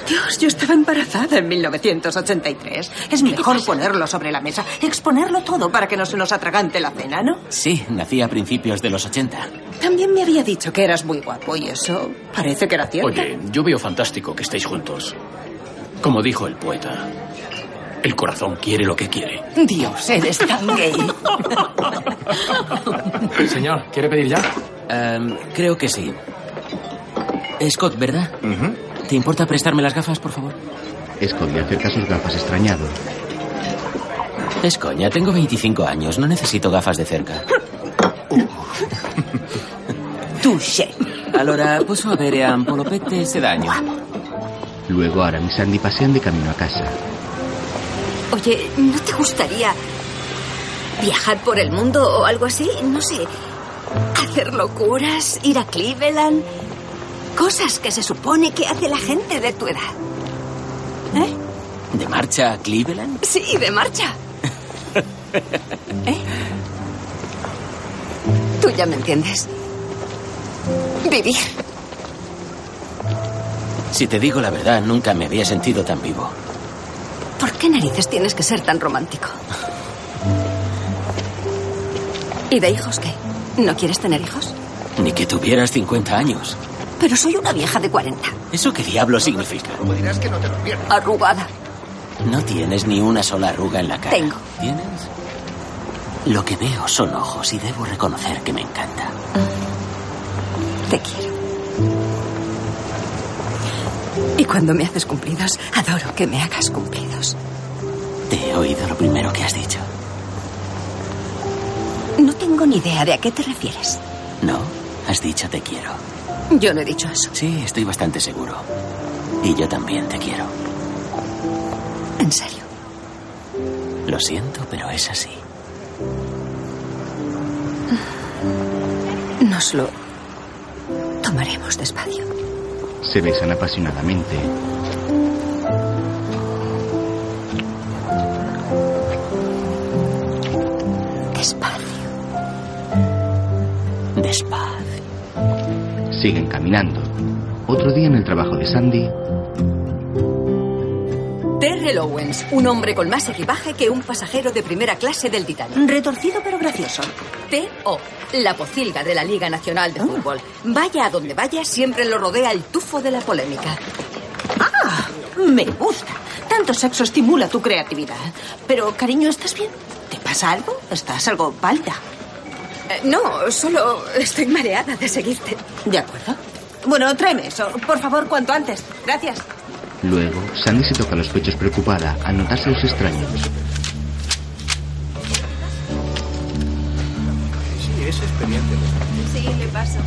S9: Dios, yo estaba embarazada en 1983. Es mejor ponerlo sobre la mesa, exponerlo todo para que no se nos atragante la cena, ¿no?
S10: Sí, nací a principios de los 80.
S9: También me había dicho que eras muy guapo y eso parece que era cierto.
S24: Oye, yo veo fantástico que estéis juntos. Como dijo el poeta, el corazón quiere lo que quiere.
S9: Dios, eres
S8: [laughs]
S9: tan gay.
S10: Señor, ¿quiere pedir ya? Em, creo que sí. Scott, ¿verdad? ¿Te importa prestarme las gafas, por favor?
S1: Scott le acerca sus gafas extrañado.
S10: Es coña, tengo 25 años, no necesito gafas de [laughs] cerca.
S9: Touché.
S10: Allora, posso avere un polopete ese daño.
S1: Luego Aram y Sandy pasean de camino a casa.
S2: Oye, ¿no te gustaría viajar por el mundo o algo así? No sé. Hacer locuras, ir a Cleveland. Cosas que se supone que hace la gente de tu edad.
S10: ¿De marcha a Cleveland?
S2: Sí, de marcha. ¿Eh? Tú ya me entiendes. Vivir.
S10: Si te digo la verdad, nunca me había sentido tan vivo.
S2: ¿Por qué narices tienes que ser tan romántico? ¿Y de hijos qué? ¿No quieres tener hijos?
S10: Ni que tuvieras 50 años.
S2: Pero soy una vieja de 40,
S10: ¿Eso qué diablo significa?
S2: arrugada.
S10: No tienes ni una sola arruga en la cara.
S2: Tengo.
S10: ¿Tienes? Lo que veo son ojos y debo reconocer que me encanta.
S2: Te quiero. Y cuando me haces cumplidos, adoro que me hagas cumplidos.
S10: Te he oído lo primero que has dicho.
S2: No tengo ni idea de a qué te refieres.
S10: No, has dicho te quiero.
S2: Yo no he dicho eso.
S10: Sí, estoy bastante seguro. Y yo también te quiero.
S2: En serio.
S10: Lo siento, pero es así.
S2: Nos lo tomaremos despacio.
S1: Se besan apasionadamente.
S2: Despacio.
S10: Despacio.
S1: Siguen caminando. Otro día en el trabajo de Sandy,
S7: Terrell Owens, un hombre con más equipaje que un pasajero de primera clase del Titanic.
S9: Retorcido pero gracioso.
S7: T.O., la pocilga de la Liga Nacional
S9: Ah.
S7: de Fútbol. Vaya a donde vaya, siempre lo rodea el tufo de la polémica.
S9: ¡Ah! Me gusta. Tanto sexo estimula tu creatividad. Pero, cariño, ¿estás bien? ¿Te pasa algo? ¿Estás algo pálida?
S2: Eh, no, solo estoy mareada de seguirte.
S9: De acuerdo. Bueno, tráeme eso, por favor, cuanto antes. Gracias.
S1: Luego, Sandy se toca los pechos preocupada al notarse los extraños.
S22: es experiencia.
S2: Sí, le paso.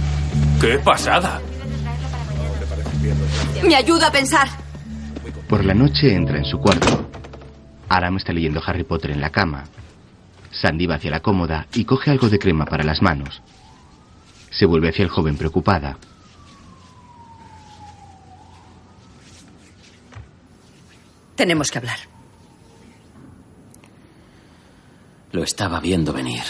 S40: ¡Qué pasada!
S2: Me ayuda a pensar.
S1: Por la noche entra en su cuarto. Aram está leyendo Harry Potter en la cama. Sandy va hacia la cómoda y coge algo de crema para las manos. Se vuelve hacia el joven preocupada.
S41: Tenemos que hablar.
S10: Lo estaba viendo venir.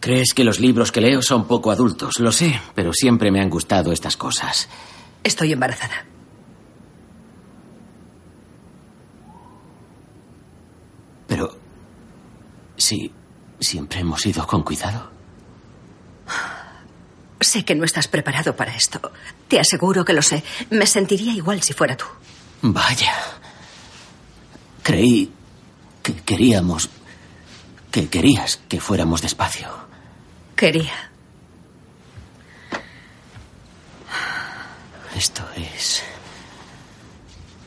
S10: Crees que los libros que leo son poco adultos, lo sé, pero siempre me han gustado estas cosas.
S41: Estoy embarazada.
S10: Pero... Sí, siempre hemos ido con cuidado.
S41: Sé que no estás preparado para esto. Te aseguro que lo sé. Me sentiría igual si fuera tú.
S10: Vaya. Creí que queríamos... que querías que fuéramos despacio.
S41: Quería.
S10: Esto es...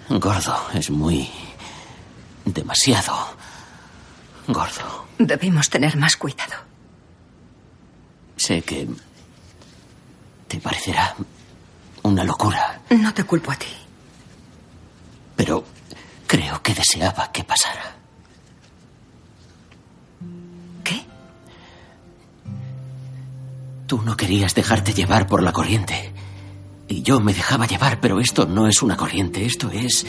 S10: Gordo, es muy... demasiado... gordo.
S41: Debimos tener más cuidado.
S10: Sé que... te parecerá una locura,
S41: No te culpo a ti.
S10: pero creo que deseaba que pasara.
S41: ¿Qué?
S10: Tú no querías dejarte llevar por la corriente. Y yo me dejaba llevar, pero esto no es una corriente, esto es...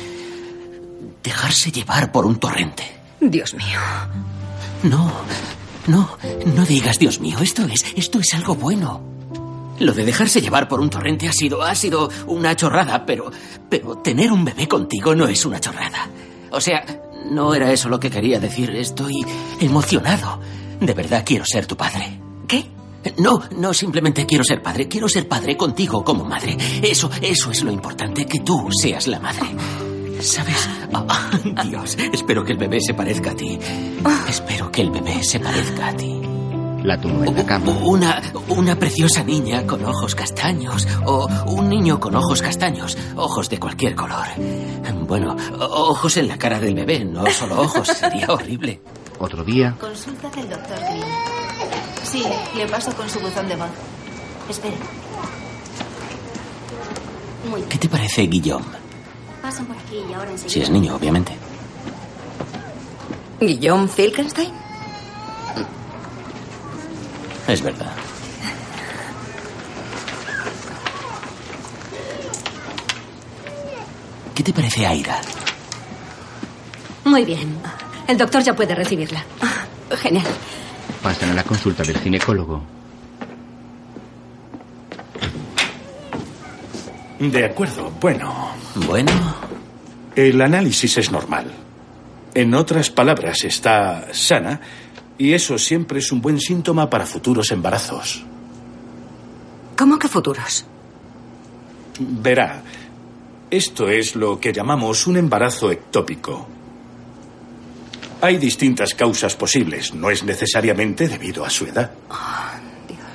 S10: dejarse llevar por un torrente.
S41: Dios mío.
S10: No, no, no digas, Dios mío, esto es, esto es algo bueno. Lo de dejarse llevar por un torrente ha sido, ha sido una chorrada, pero, pero tener un bebé contigo no es una chorrada. O sea, no era eso lo que quería decir. Estoy emocionado. De verdad quiero ser tu padre.
S41: ¿Qué?
S10: No, no, simplemente quiero ser padre. Quiero ser padre contigo como madre. Eso, eso es lo importante, que tú seas la madre. ¿Sabes? Ah, Dios, espero que el bebé se parezca a ti. Espero que el bebé se parezca a ti.
S1: La tumba en la cama.
S10: Una, una preciosa niña con ojos castaños o un niño con ojos castaños, ojos de cualquier color. Bueno, o- ojos en la cara del bebé, no solo ojos, sería horrible.
S1: Otro día.
S42: Consulta del doctor Green. Sí, le paso con su buzón de voz. Espere.
S43: Muy bien.
S10: ¿Qué te parece Guillaume?
S43: Pasan por aquí y ahora enseguida.
S10: Si es niño, obviamente.
S41: ¿Guillaume Filkenstein?
S10: Es verdad. ¿Qué te parece Aira?
S42: Muy bien. El doctor ya puede recibirla.
S41: Ah, Genial.
S1: Pasan a la consulta del ginecólogo.
S13: De acuerdo, bueno.
S10: Bueno.
S13: El análisis es normal. En otras palabras, está sana y eso siempre es un buen síntoma para futuros embarazos.
S41: ¿Cómo que futuros?
S13: Verá, esto es lo que llamamos un embarazo ectópico. Hay distintas causas posibles, no es necesariamente debido a su edad.
S41: Oh,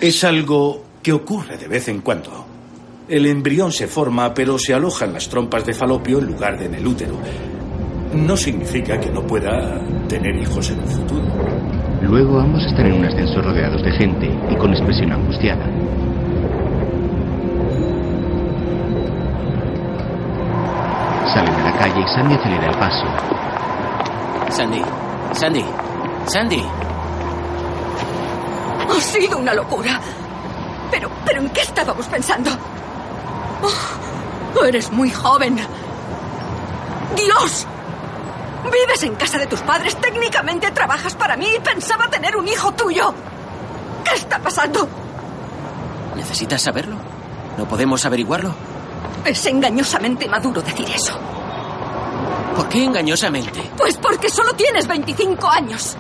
S13: Es algo que ocurre de vez en cuando. El embrión se forma, pero se aloja en las trompas de falopio en lugar de en el útero. No significa que no pueda tener hijos en un futuro.
S1: Luego ambos están en un ascensor rodeados de gente y con expresión angustiada. Salen a la calle y Sandy acelera el paso.
S10: Sandy, Sandy, Sandy.
S2: Ha sido una locura. Pero, pero ¿en qué estábamos pensando? Oh, eres muy joven. Dios. Vives en casa de tus padres, técnicamente trabajas para mí y pensaba tener un hijo tuyo. ¿Qué está pasando?
S10: ¿Necesitas saberlo? ¿No podemos averiguarlo?
S2: Es engañosamente inmaduro decir eso.
S10: ¿Por qué engañosamente?
S2: Pues porque solo tienes 25 años.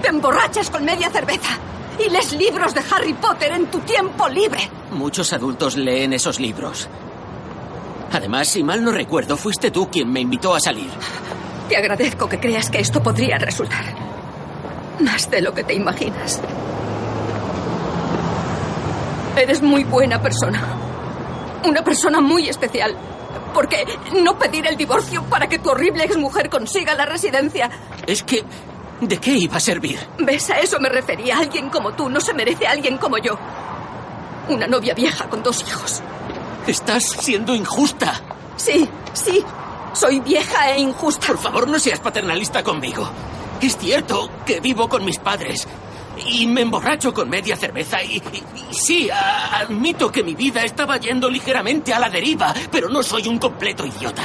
S2: Te emborrachas con media cerveza y lees libros de Harry Potter en tu tiempo libre.
S10: Muchos adultos leen esos libros. Además, si mal no recuerdo, fuiste tú quien me invitó a salir.
S2: Te agradezco que creas que esto podría resultar. Más de lo que te imaginas. Eres muy buena persona. Una persona muy especial. Porque no pedir el divorcio para que tu horrible exmujer consiga la residencia.
S10: Es que ¿De qué iba a servir?
S2: ¿Ves? A eso me refería. Alguien como tú no se merece a alguien como yo. Una novia vieja con dos hijos.
S10: Estás siendo injusta.
S2: Sí, sí. Soy vieja e injusta.
S10: Por favor, no seas paternalista conmigo. Es cierto que vivo con mis padres y me emborracho con media cerveza y, y- y sí, a- admito que mi vida estaba yendo ligeramente a la deriva, pero no soy un completo idiota.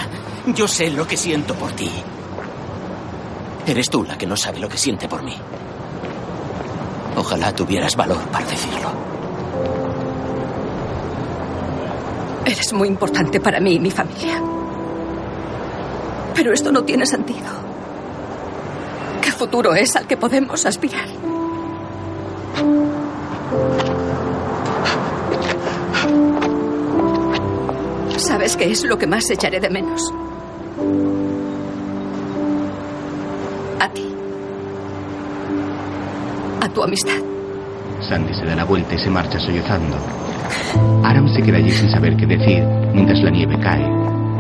S10: Yo sé lo que siento por ti. Eres tú la que no sabe lo que siente por mí. Ojalá tuvieras valor para decirlo.
S2: Eres muy importante para mí y mi familia. Pero esto no tiene sentido. ¿Qué futuro es al que podemos aspirar? ¿Sabes qué es lo que más echaré de menos? A ti. A tu amistad.
S1: Sandy se da la vuelta y se marcha sollozando. Aram se queda allí sin saber qué decir mientras la nieve cae.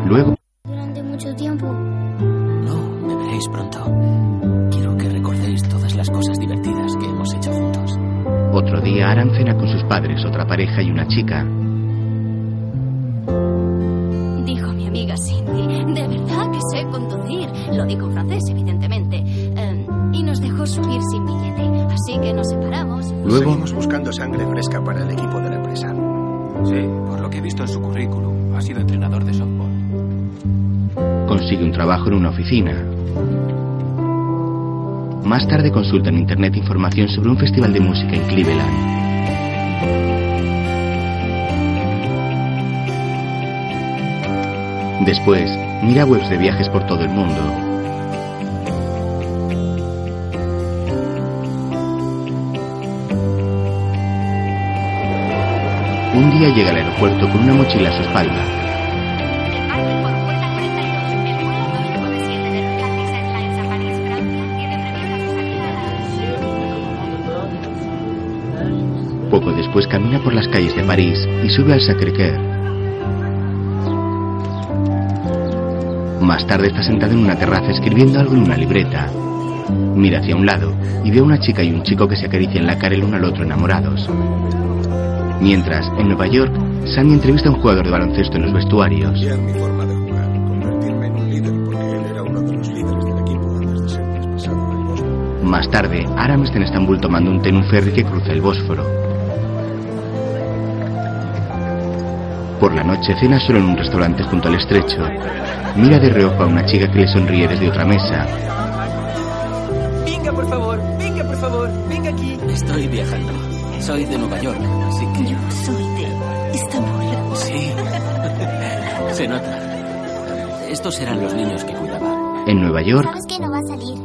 S1: Luego,
S5: Durante mucho tiempo.
S10: Me veréis pronto. Quiero que recordéis todas las cosas divertidas que hemos hecho juntos.
S1: otro día, Aram cena con sus padres, otra pareja y una chica.
S4: Dijo mi amiga Cindy, de verdad que sé conducir. Lo dijo en francés, evidentemente. Em, y nos dejó subir sin billete. Así que nos separamos.
S1: Luego.
S44: Seguimos buscando sangre fresca para el equipo de la empresa.
S45: Sí, por lo que he visto en su currículum, ha sido entrenador de softball.
S1: Consigue un trabajo en una oficina. Más tarde consulta en internet información sobre un festival de música en Cleveland. Después, mira webs de viajes por todo el mundo. Un día llega al aeropuerto con una mochila a su espalda. Poco después camina por las calles de París y sube al Sacré-Cœur. Más tarde está sentado en una terraza escribiendo algo en una libreta. Mira hacia un lado y ve a una chica y un chico que se acarician la cara el uno al otro enamorados. Mientras, en Nueva York, Sammy entrevista a un jugador de baloncesto en los vestuarios.
S15: mi forma de jugar, convertirme en un líder, porque él era uno de los líderes del equipo antes de ser traspasado al Boston.
S1: Más tarde, Aram está en Estambul tomando un té en un ferry que cruza el Bósforo. Por la noche cena solo en un restaurante junto al estrecho. Mira de reojo a una chica que le sonríe desde otra mesa.
S4: Venga, por favor, venga, por favor, venga aquí.
S10: Estoy viajando. Soy de Nueva York, así que... Yo soy de Estambul. Sí. Se nota. Estos eran los niños que cuidaba.
S1: En Nueva York,
S3: Sabes que no va a salir.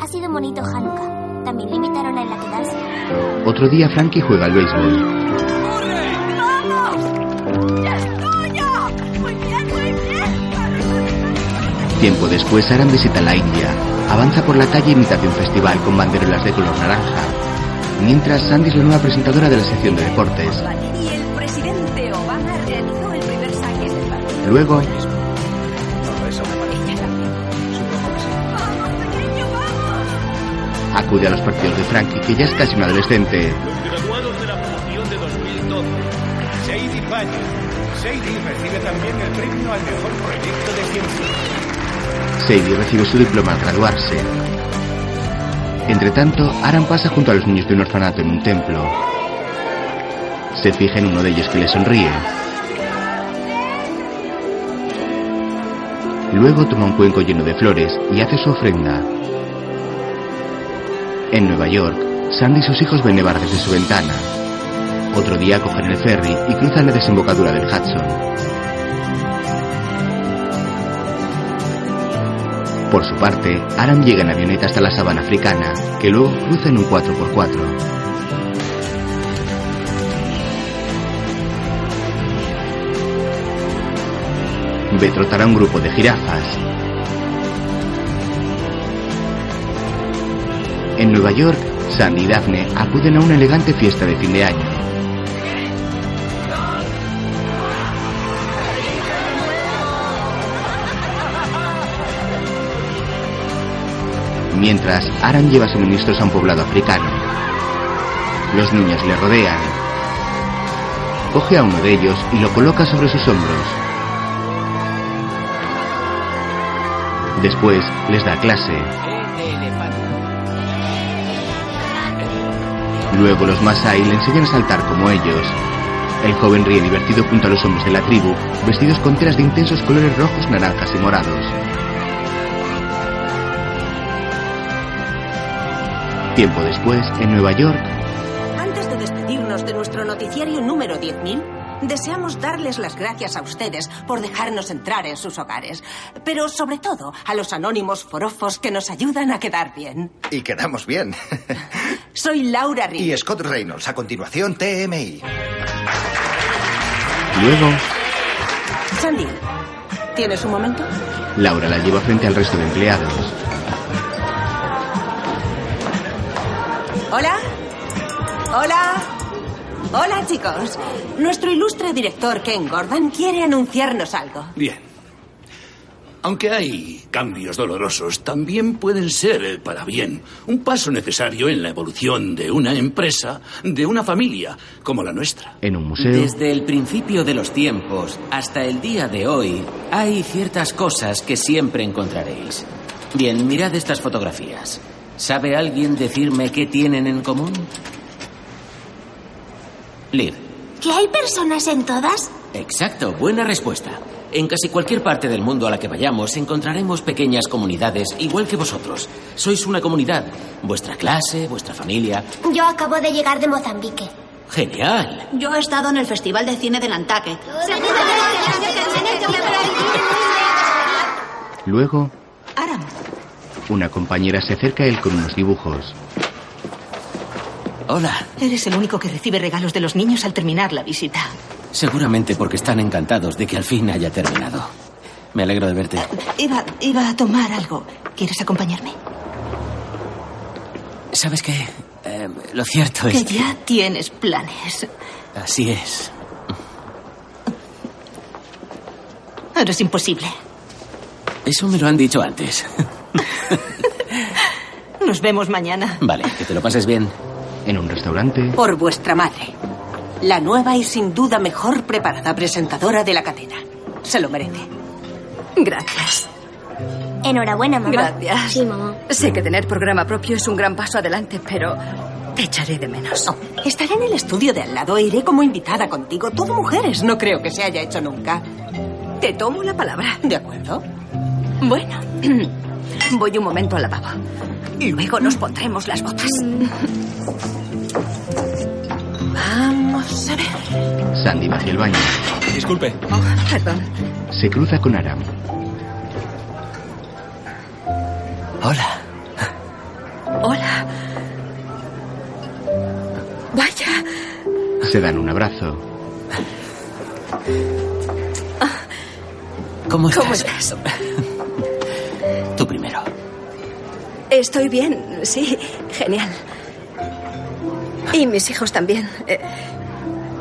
S3: Ha sido bonito Hanukkah. También le invitaron a la que das.
S1: otro día Frankie juega al béisbol. Tiempo después, Aram visita la India. Avanza por la calle en mitad de un festival con banderolas de color naranja. Mientras, Sandy es la nueva presentadora de la sección de deportes.
S2: Y el presidente Obama realizó el primer saque del partido.
S1: Luego, acude a los partidos de Frankie, que ya es casi un adolescente.
S15: Graduados de la promoción de 2012, Sadie Bayo. Sadie recibe también el premio al mejor proyecto de ciencia.
S1: Sadie recibe su diploma al graduarse. Entre tanto, Aram pasa junto a los niños de un orfanato en un templo. Se fija en uno de ellos que le sonríe. Luego toma un cuenco lleno de flores y hace su ofrenda. En Nueva York, Sandy y sus hijos ven nevar desde su ventana. Otro día cogen el ferry y cruzan la desembocadura del Hudson. Por su parte, Aram llega en avioneta hasta la sabana africana, que luego cruza en un 4x4. Ve trotar a un grupo de jirafas. En Nueva York, Sandy y Daphne acuden a una elegante fiesta de fin de año. Mientras, Aran lleva suministros a un poblado africano. Los niños le rodean. Coge a uno de ellos y lo coloca sobre sus hombros. Después, les da clase. Luego los Masai le enseñan a saltar como ellos. El joven ríe divertido junto a los hombres de la tribu, vestidos con telas de intensos colores rojos, naranjas y morados. Tiempo después, en Nueva York,
S9: Antes de despedirnos de nuestro noticiario número 10.000, deseamos darles las gracias a ustedes por dejarnos entrar en sus hogares, pero sobre todo a los anónimos forofos que nos ayudan a quedar bien.
S15: Y quedamos bien.
S9: Soy Laura Ríos.
S15: Y Scott Reynolds, a continuación TMI.
S1: luego,
S9: Sandy, ¿tienes un momento?
S1: Laura la lleva frente al resto de empleados.
S9: Hola. Hola. Hola, chicos. Nuestro ilustre director Ken Gordon quiere anunciarnos algo.
S13: Bien. Aunque hay cambios dolorosos, también pueden ser eh, para bien. Un paso necesario en la evolución de una empresa, de una familia como la nuestra.
S1: En un museo.
S10: Desde el principio de los tiempos hasta el día de hoy, hay ciertas cosas que siempre encontraréis. Bien, mirad estas fotografías. ¿Sabe alguien decirme qué tienen en común? Liv.
S3: ¿Que hay personas en todas?
S10: Exacto, buena respuesta. En casi cualquier parte del mundo a la que vayamos encontraremos pequeñas comunidades, igual que vosotros. Sois una comunidad, vuestra clase, vuestra familia.
S3: Yo acabo de llegar de Mozambique.
S10: Genial.
S46: Yo he estado en el Festival de Cine de Nantucket.
S1: Luego,
S46: Aram,
S1: una compañera se acerca a él con unos dibujos.
S10: Hola.
S46: eres el único que recibe regalos de los niños al terminar la visita.
S10: Seguramente porque están encantados de que al fin haya terminado. Me alegro de verte.
S46: Iba, iba a tomar algo. ¿Quieres acompañarme?
S10: ¿Sabes qué? Eh, lo cierto
S46: que
S10: es que...
S46: ya tienes planes.
S10: Así es.
S46: Eres imposible.
S10: Eso me lo han dicho antes. [laughs]
S46: Nos vemos mañana.
S10: Vale, que te lo pases bien.
S1: En un restaurante.
S9: Por vuestra madre. La nueva y sin duda mejor preparada presentadora de la cadena. Se lo merece.
S2: Gracias.
S5: Enhorabuena, mamá.
S2: Gracias.
S5: Sí, mamá.
S2: Sé que tener programa propio es un gran paso adelante, pero te echaré de menos.
S9: Estaré en el estudio de al lado e iré como invitada contigo. Todo mujeres. No creo que se haya hecho nunca.
S2: Te tomo la palabra.
S9: ¿De acuerdo?
S2: Bueno, [clears throat] voy un momento al lavabo. Luego nos pondremos las botas. Vamos a ver.
S1: Sandy va hacia el baño.
S13: Disculpe.
S2: Perdón.
S1: Se cruza con Aram.
S10: Hola.
S2: Hola. Vaya.
S1: Se dan un abrazo.
S10: ¿Cómo estás?
S2: ¿Cómo estás?
S10: [laughs] Tú primero.
S2: Estoy bien, sí, genial. Y mis hijos también. eh,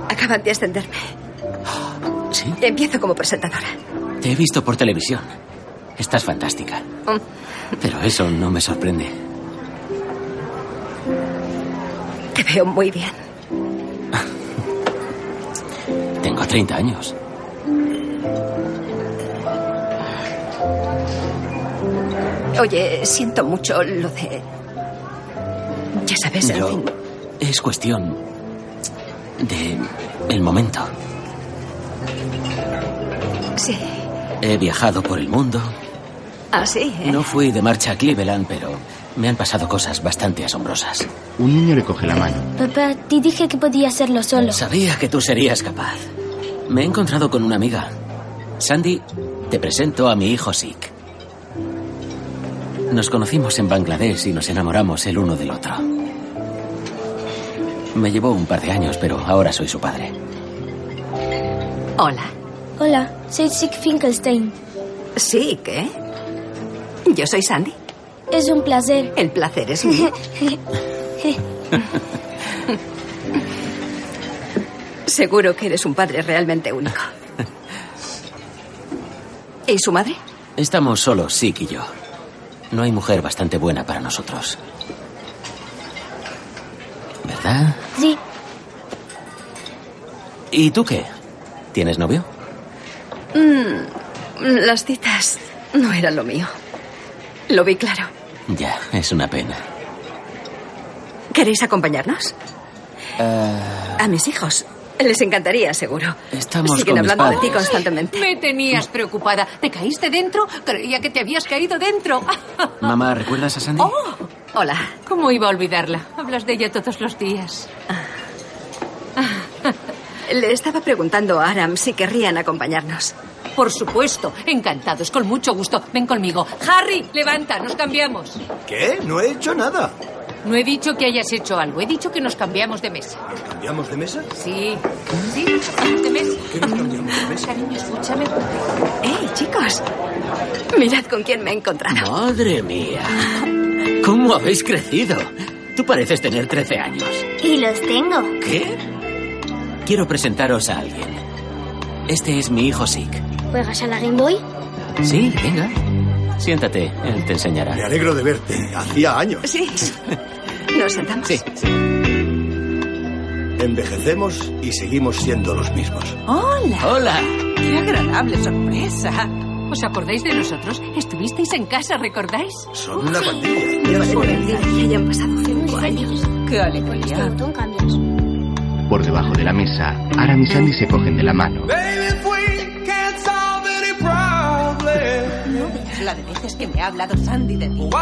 S2: acaban de ascenderme.
S10: ¿Sí?
S2: Empiezo como presentadora.
S10: Te he visto por televisión. Estás fantástica.
S2: Oh.
S10: Pero eso no me sorprende.
S2: Te veo muy bien.
S10: Tengo 30 años.
S2: Oye, siento mucho lo de... Ya sabes, en
S10: Pero
S2: fin,
S10: es cuestión de el momento.
S2: Sí.
S10: He viajado por el mundo.
S2: Ah, sí, ¿eh?
S10: No fui de marcha a Cleveland, pero me han pasado cosas bastante asombrosas.
S1: Un niño le coge la mano.
S5: Papá, te dije que podía hacerlo solo.
S10: Sabía que tú serías capaz. Me he encontrado con una amiga. Sandy, te presento a mi hijo Sik. Nos conocimos en Bangladesh y nos enamoramos el uno del otro. Me llevó un par de años, pero ahora soy su padre.
S2: Hola.
S5: Hola, soy Sig Finkelstein.
S2: Sí, ¿qué? Yo soy Sandy.
S5: Es un placer.
S2: El placer es mío. Seguro que eres un padre realmente único. ¿Y su madre?
S10: Estamos solos, Sik y yo. No hay mujer bastante buena para nosotros. ¿Verdad?
S5: Sí,
S10: ¿Y tú qué? ¿Tienes novio?
S2: Mm, las citas no eran lo mío. Lo vi claro.
S10: Ya, es una pena.
S2: ¿Queréis acompañarnos?
S10: Eh,
S2: A mis hijos. Les encantaría, seguro.
S10: Estamos
S2: Siguen
S10: con mis
S2: hablando de ti
S10: padres.
S2: constantemente.
S8: Me tenías preocupada. ¿Te caíste dentro? Creía que te habías caído dentro. [laughs]
S10: Mamá, ¿recuerdas a Sandy?
S2: Oh.
S8: Hola. ¿Cómo iba a olvidarla? Hablas de ella todos los días.
S2: Le estaba preguntando a Aram si querrían acompañarnos.
S8: Por supuesto, encantados, con mucho gusto. Ven conmigo. Harry, levanta, nos cambiamos.
S15: ¿Qué? No he hecho nada.
S8: No he dicho que hayas hecho algo, he dicho que nos cambiamos de mesa.
S15: ¿Cambiamos de mesa?
S8: Sí, sí, de mesa. Cariño, escúchame.
S2: ¡Hey, chicos! Mirad con quién me he encontrado.
S10: Madre mía. ¿Cómo habéis crecido? Tú pareces tener 13 años.
S5: y los tengo.
S10: ¿Qué? Quiero presentaros a alguien. Este es mi hijo Sick.
S5: ¿Juegas a la Game Boy?
S10: Sí, venga. Siéntate, él te enseñará. Me
S15: alegro de verte. Hacía años. [laughs]
S2: Sí. Nos sentamos. Sí.
S15: Envejecemos y seguimos siendo los mismos.
S8: Hola.
S10: Hola.
S8: Qué agradable sorpresa. ¿Os acordáis de nosotros? Estuvisteis en casa, ¿recordáis?
S15: Son una pandilla.
S8: Por el día que hayan
S2: pasado
S8: cinco años. Qué
S5: Este
S8: alegría.
S1: Por debajo de la mesa, Aram y Sandy se cogen de la mano.
S9: No veas la de veces que me ha hablado Sandy de mí.
S15: Tú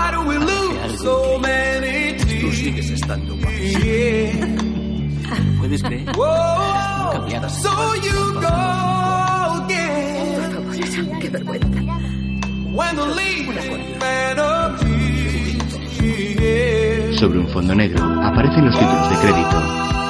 S15: sigues estando
S10: ¿Puedes creer?
S4: [laughs] Oh,
S15: guapo.
S10: Cambiado.
S2: Qué vergüenza.
S1: Sobre un fondo negro aparecen los títulos de crédito.